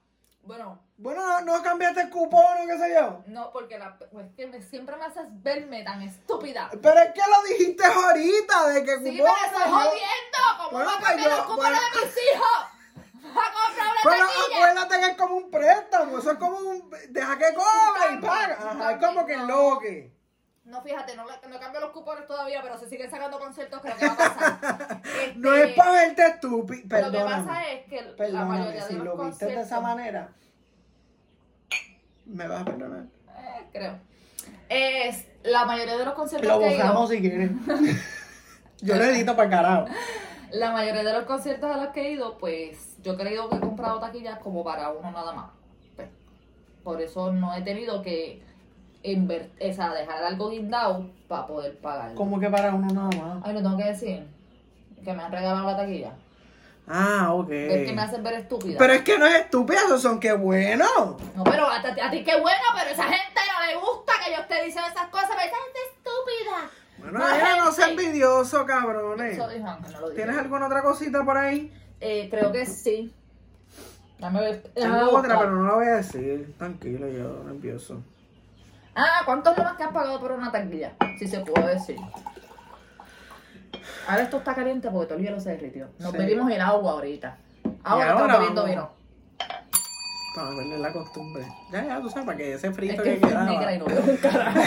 Speaker 3: Bueno,
Speaker 1: Bueno, no, no cambiaste el cupón o qué sé yo.
Speaker 3: no, porque la, pues que me- siempre me haces verme tan estúpida.
Speaker 1: Pero es que lo dijiste ahorita, de que
Speaker 3: Sí,
Speaker 1: cupón.
Speaker 3: pero estoy
Speaker 1: yo-
Speaker 3: jodiendo. ¿Cómo
Speaker 1: Bueno,
Speaker 3: no
Speaker 1: pues
Speaker 3: cambié
Speaker 1: yo-
Speaker 3: los cupones
Speaker 1: bueno. ah, pues.
Speaker 3: de mis hijos? ¡Va a comprar una
Speaker 1: Pero
Speaker 3: taquilla!
Speaker 1: acuérdate que es como un préstamo, eso es como un. Deja que cobre y
Speaker 3: cambio,
Speaker 1: paga.
Speaker 3: un
Speaker 1: Ajá, es
Speaker 3: cambio,
Speaker 1: como que
Speaker 3: no.
Speaker 1: loque.
Speaker 3: No, fíjate, no, le- no cambio los cupones todavía, pero se siguen sacando conciertos, creo que va a pasar. Este,
Speaker 1: No es para verte estúpido.
Speaker 3: Lo que
Speaker 1: Perdóname.
Speaker 3: pasa es que la
Speaker 1: Perdóname,
Speaker 3: mayoría de
Speaker 1: si
Speaker 3: los
Speaker 1: lo viste de
Speaker 3: conciertos...
Speaker 1: esa manera, me vas a perdonar.
Speaker 3: Eh, creo. Es, la mayoría de los conciertos
Speaker 1: Lo
Speaker 3: que he ido...
Speaker 1: borramos si quieres. Yo lo edito para carajo.
Speaker 3: La mayoría de los conciertos a los que he ido, pues yo creo que he comprado taquillas como para uno nada más. Pues, por eso no he tenido que inver- o sea, dejar algo guindado para poder pagar.
Speaker 1: Como que para uno nada más.
Speaker 3: Ay, lo tengo que decir. Que me han regalado la taquilla.
Speaker 1: Ah, ok.
Speaker 3: Es que me hacen ver estúpida.
Speaker 1: Pero es que no es estúpido, esos son que bueno.
Speaker 3: No, pero a, a ti qué bueno, pero esa gente no le gusta que yo esté diciendo esas cosas. Pero esa gente es estúpida.
Speaker 1: Bueno,
Speaker 3: Más
Speaker 1: mira, no seas
Speaker 3: gente.
Speaker 1: envidioso, cabrones.
Speaker 3: Eso dijo Ángel, no lo dije.
Speaker 1: ¿Tienes alguna otra cosita por ahí?
Speaker 3: Eh, creo que sí. Dame ver. déjame
Speaker 1: Tengo otra,
Speaker 3: buscar.
Speaker 1: pero no la voy a decir. Tranquilo, yo no empiezo.
Speaker 3: Ah, ¿cuánto es lo más que has pagado por una taquilla? Si se puede decir. Ahora esto está caliente porque todo el hielo se derritió. Nos
Speaker 1: Sí.
Speaker 3: pedimos el agua ahorita. Ahora,
Speaker 1: Y ahora
Speaker 3: estamos bebiendo
Speaker 1: vamos.
Speaker 3: vino.
Speaker 1: Para verle la costumbre. Ya, ya, tú sabes, para que ese
Speaker 3: Es
Speaker 1: frito
Speaker 3: que
Speaker 1: que,
Speaker 3: es
Speaker 1: quedaba.
Speaker 3: negra y no veo un carajo.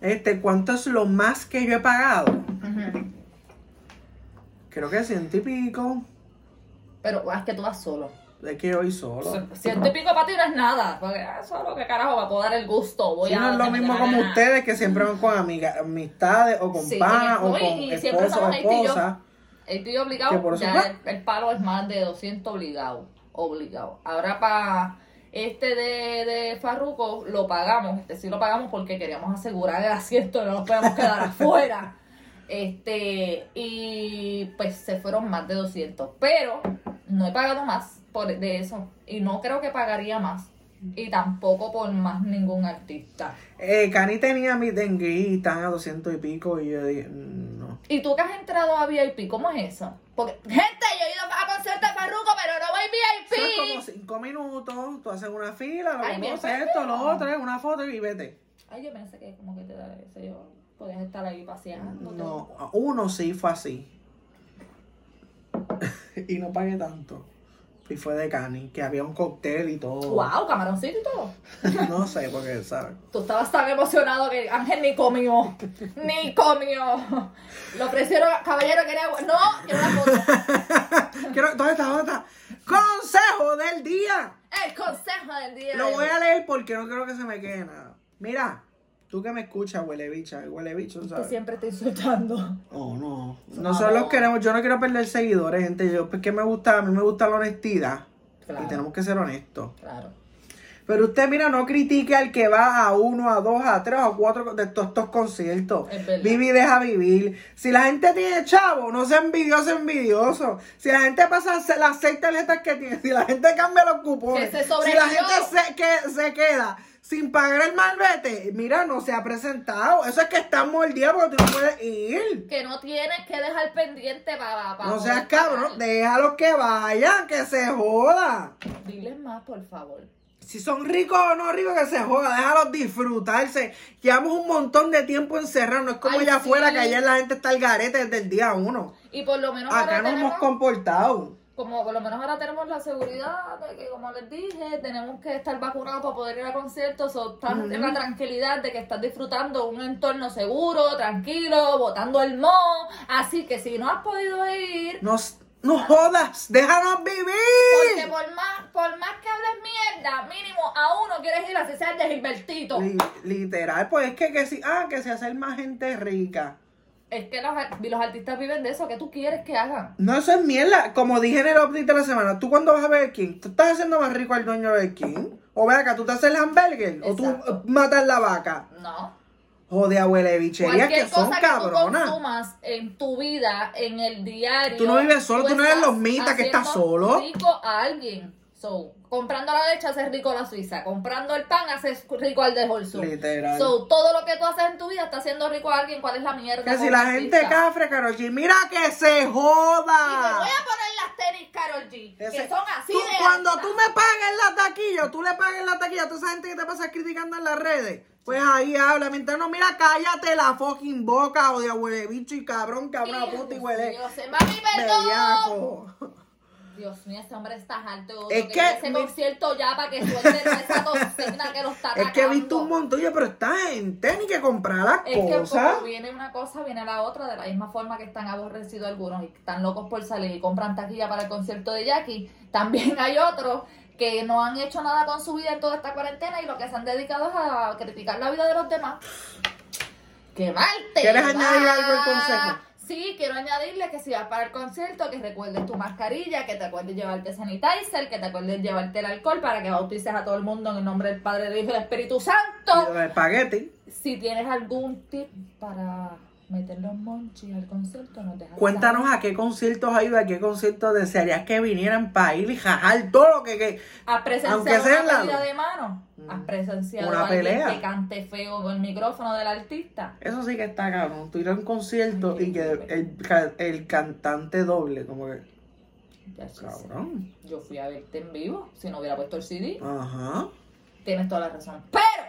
Speaker 1: Este, ¿cuánto es lo más que yo he pagado?
Speaker 3: Ujú.
Speaker 1: Creo que ciento y pico.
Speaker 3: Pero ah, es que tú vas solo.
Speaker 1: Es que hoy solo.
Speaker 3: Ciento y pico para ti no es nada. Porque ah, solo que carajo va a poder dar el gusto. Voy
Speaker 1: Sí,
Speaker 3: a
Speaker 1: no es lo
Speaker 3: que me
Speaker 1: mismo
Speaker 3: dé la
Speaker 1: como
Speaker 3: gana.
Speaker 1: ustedes que siempre van con amiga- amistades o con
Speaker 3: Sí,
Speaker 1: panas
Speaker 3: no,
Speaker 1: o
Speaker 3: y-
Speaker 1: con
Speaker 3: y siempre
Speaker 1: esposos o
Speaker 3: estamos ahí, tú y yo.
Speaker 1: esposas.
Speaker 3: El tío obligado,
Speaker 1: Que por eso
Speaker 3: ya
Speaker 1: fue.
Speaker 3: el, el palo es más de 200 obligado. Obligado. Ahora para este de, de Farruko lo pagamos. Este sí lo pagamos porque queríamos asegurar el asiento, no nos podíamos quedar afuera. Este, y pues se fueron más de 200. Pero no he pagado más por, de eso. Y no creo que pagaría más. Y tampoco por más ningún artista.
Speaker 1: Eh, Cani tenía mi dengue y están a 200 y pico y yo dije, mm, no.
Speaker 3: ¿Y tú que has entrado a VIP? ¿Cómo es eso? Porque, gente, yo he ido a conciertos de Farruko, pero no
Speaker 1: Son como
Speaker 3: voy VIP.
Speaker 1: 5 minutos, tú haces una fila, lo
Speaker 3: Ay,
Speaker 1: que
Speaker 3: bien
Speaker 1: conoces,
Speaker 3: feo.
Speaker 1: esto, lo otro, es una foto y vete.
Speaker 3: Ay, yo pensé que como que te da eso, yo podías estar ahí paseando.
Speaker 1: No, uno sí fue así. y no pagué tanto. Y fue de Cani, que había un cóctel y todo.
Speaker 3: Wow, camaroncito y todo.
Speaker 1: no sé, porque, ¿sabes?
Speaker 3: Tú estabas tan emocionado que Ángel ni comió. ni comió. Le ofrecieron, caballero, quería agua. No, quiero una foto.
Speaker 1: Quiero, ¿Dónde está? ¿Dónde está? ¡Consejo del día!
Speaker 3: El consejo del día.
Speaker 1: Lo
Speaker 3: de
Speaker 1: voy
Speaker 3: hoy.
Speaker 1: a leer porque no creo que se me quede nada. Mira, tú que me escuchas, huele bicha, huele bicho,
Speaker 3: Que
Speaker 1: ¿sabes?
Speaker 3: siempre estoy insultando.
Speaker 1: Oh, no. Nosotros los queremos, yo no quiero perder seguidores, gente. Yo, porque me gusta, a mí me gusta la honestidad.
Speaker 3: Claro.
Speaker 1: Y tenemos que ser honestos.
Speaker 3: Claro.
Speaker 1: Pero usted, mira, no critique al que va a uno, a dos, a tres, a cuatro de todos estos conciertos.
Speaker 3: Es verdad.
Speaker 1: Vive y deja vivir. Si la gente tiene chavo, no sea envidioso, envidioso. Si la gente pasa a hacer las seis tarjetas que tiene, si la gente cambia los cupones,
Speaker 3: Que se
Speaker 1: si la
Speaker 3: sobrevivió.
Speaker 1: gente se, que, se queda sin pagar el malvete, mira, no se ha presentado. Eso es que está mordido porque tú no puedes ir.
Speaker 3: Que no tienes que dejar pendiente para. para
Speaker 1: No seas cabrón, déjalos que vayan, que se joda.
Speaker 3: Diles más, por favor.
Speaker 1: Si son ricos o no ricos, que se joda, déjalos disfrutarse. Llevamos un montón de tiempo encerrados, no es como
Speaker 3: Ay,
Speaker 1: allá
Speaker 3: sí.
Speaker 1: afuera que allá la gente está al garete desde el día uno.
Speaker 3: Y por lo menos
Speaker 1: Acá
Speaker 3: ahora
Speaker 1: nos hemos
Speaker 3: tenemos,
Speaker 1: comportado.
Speaker 3: como por lo menos ahora tenemos la seguridad de que, como les dije, tenemos que estar vacunados para poder ir a conciertos o estar en la tranquilidad de que estás disfrutando un entorno seguro, tranquilo, botando el mo. Así que si no has podido ir,
Speaker 1: Nos, no jodas, déjanos
Speaker 3: porque
Speaker 1: vivir.
Speaker 3: por más, por más que hables mierda, mínimo a uno quieres ir a sea el de Gilbertito.
Speaker 1: Li- literal, pues es que, que si, ah, que se hace más gente rica.
Speaker 3: Es que los, ar- los artistas viven de eso, que tú quieres que hagan?
Speaker 1: No, eso es mierda. Como dije en el update de la semana, ¿tú cuando vas a Burger King? ¿Tú estás haciendo más rico al dueño de Burger King? O ve acá, ¿tú te haces el hamburger? ¿O tú
Speaker 3: Exacto.
Speaker 1: eh, matas la vaca?
Speaker 3: No.
Speaker 1: Joder, abuela de bicherías que
Speaker 3: Cualquier
Speaker 1: son
Speaker 3: cosa que tú
Speaker 1: cabronas.
Speaker 3: consumas en tu vida, en el diario.
Speaker 1: Tú no vives solo, tú no eres
Speaker 3: estás
Speaker 1: lomita que
Speaker 3: haciendo
Speaker 1: estás solo.
Speaker 3: rico a alguien. So, comprando la leche haces rico a la suiza. Comprando el pan haces rico al de Holson.
Speaker 1: Literal.
Speaker 3: So, todo lo que tú haces en tu vida está haciendo rico a alguien. ¿Cuál es la mierda?
Speaker 1: Que si
Speaker 3: con
Speaker 1: la
Speaker 3: artista?
Speaker 1: gente cafre, Karol G, mira que se
Speaker 3: Y me
Speaker 1: joda.
Speaker 3: voy a poner las tenis Carol G.
Speaker 1: Ese-
Speaker 3: que son así
Speaker 1: tú-
Speaker 3: de
Speaker 1: cuando
Speaker 3: altas.
Speaker 1: tú me pagues la taquilla, tú le pagues la taquilla a toda esa gente que te pasa criticando en las redes. Pues ahí habla, mientras no, mira, cállate la fucking boca o de huele bicho y cabrón, cabrón,
Speaker 3: Hijo
Speaker 1: puta y huele.
Speaker 3: Dios, mami, perdón.
Speaker 1: Bellaco.
Speaker 3: Dios mío, este hombre está harto.
Speaker 1: Es
Speaker 3: Es
Speaker 1: que
Speaker 3: que ese
Speaker 1: mi-
Speaker 3: concierto ya para que suelte esa toxina que lo está
Speaker 1: Es que he visto
Speaker 3: atacando.
Speaker 1: un montón, oye, pero está gente, ni que comprar las
Speaker 3: Es que
Speaker 1: cosas.
Speaker 3: como viene una cosa, viene la otra, de la misma forma que están aborrecidos algunos y están locos por salir y compran taquilla para el concierto de Jackie, también hay otros que no han hecho nada con su vida en toda esta cuarentena y lo que se han dedicado es a criticar la vida de los demás. ¡Qué mal te
Speaker 1: ¿Quieres
Speaker 3: va!
Speaker 1: añadir algo al consejo?
Speaker 3: Sí, quiero añadirle que si vas para el concierto, que recuerdes tu mascarilla, que te acuerdes llevarte sanitizer, que te acuerdes llevarte el alcohol para que bautices a todo el mundo en el nombre del Padre, del Hijo y del Espíritu Santo
Speaker 1: Y los espaguetis.
Speaker 3: si tienes algún tip para meter los monchis al concierto, nos dejas saber.
Speaker 1: Cuéntanos a qué conciertos ha ido, a qué conciertos desearías que vinieran para ir y jajar todo lo que... que-
Speaker 3: ¿Has
Speaker 1: Aunque
Speaker 3: presenciado
Speaker 1: sea
Speaker 3: una
Speaker 1: helado.
Speaker 3: pelea de mano? ¿Has presenciado
Speaker 1: Una
Speaker 3: a alguien
Speaker 1: pelea.
Speaker 3: que cante feo con el micrófono del artista?
Speaker 1: Eso sí que está cabrón. Tú ir a un concierto y que el, ca- el cantante doble, como que...
Speaker 3: Ya sí, sí.
Speaker 1: Cabrón.
Speaker 3: Yo fui a verte en vivo, si no hubiera puesto el CD.
Speaker 1: Ajá.
Speaker 3: Tienes toda la razón. Pero,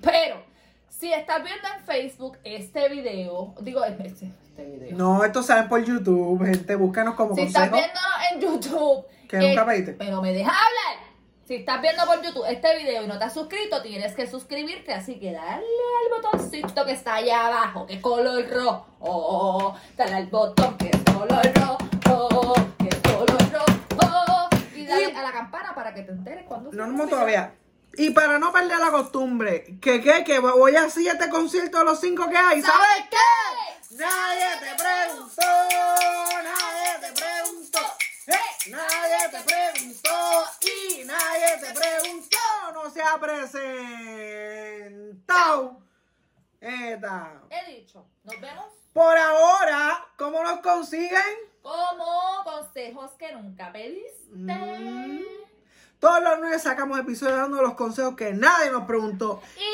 Speaker 3: pero, si estás viendo en Facebook este video, digo, este, este video.
Speaker 1: No, esto sale por YouTube, gente. Búscanos como
Speaker 3: Si estás
Speaker 1: consejo.
Speaker 3: viéndonos en YouTube.
Speaker 1: Que nunca
Speaker 3: eh,
Speaker 1: pediste.
Speaker 3: Pero me deja hablar. Si estás viendo por YouTube este video y no te has suscrito, tienes que suscribirte. Así que dale al botoncito que está allá abajo, que es color rojo. dale al botón que es color rojo, que es color rojo. Y dale
Speaker 1: Y-
Speaker 3: a la campana para que te enteres cuando
Speaker 1: No,
Speaker 3: subamos
Speaker 1: no, no,
Speaker 3: video.
Speaker 1: todavía. Y para no perder la costumbre, que qué, que voy así a este concierto de los cinco que hay, ¿sabes?
Speaker 3: ¿Sabes qué?
Speaker 1: Nadie te preguntó, Nadie te preguntó y nadie te preguntó. No se ha presentado. Eta.
Speaker 3: He dicho, nos vemos
Speaker 1: Por ahora, ¿cómo nos consiguen?
Speaker 3: como consejos que nunca pediste.
Speaker 1: Mm. Todos los lunes sacamos episodios dando los consejos que nadie nos preguntó.
Speaker 3: Y,
Speaker 1: Y los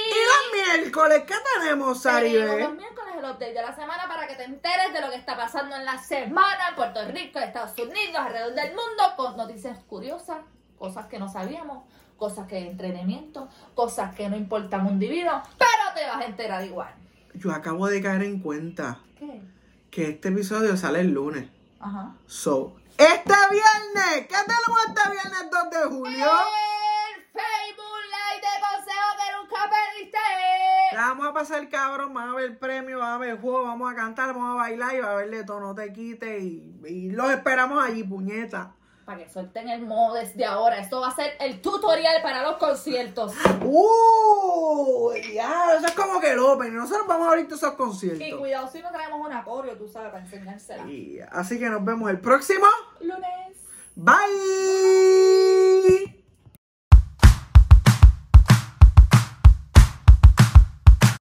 Speaker 1: miércoles, ¿qué tenemos,
Speaker 3: tenemos los
Speaker 1: Saribel?
Speaker 3: miércoles el update de la semana para que te enteres de lo que está pasando en la semana en Puerto Rico, en Estados Unidos, alrededor del mundo, con noticias curiosas, cosas que no sabíamos, cosas que entrenamiento, cosas que no importan un divino, pero te vas a enterar igual.
Speaker 1: Yo acabo de caer en cuenta
Speaker 3: ¿Qué?
Speaker 1: que este episodio sale el lunes.
Speaker 3: Ajá.
Speaker 1: So, este viernes, ¿qué tenemos este viernes 2 de julio?
Speaker 3: El Facebook Live de Consejo que nunca pediste.
Speaker 1: La vamos a pasar cabrón, van a ver premios, van a ver juego, vamos a cantar, vamos a bailar y va a haber de todo, no te quites y, y los esperamos allí, puñeta.
Speaker 3: Para que suelten el modo desde ahora. Esto va a ser el tutorial para los conciertos.
Speaker 1: ¡Uh! Ya, eso es como que el open, nosotros vamos a abrir todos esos
Speaker 3: Y
Speaker 1: conciertos.
Speaker 3: cuidado si no traemos un acorio, tú sabes, para enseñársela.
Speaker 1: Y- así que nos vemos el próximo.
Speaker 3: Lunes.
Speaker 1: Bye.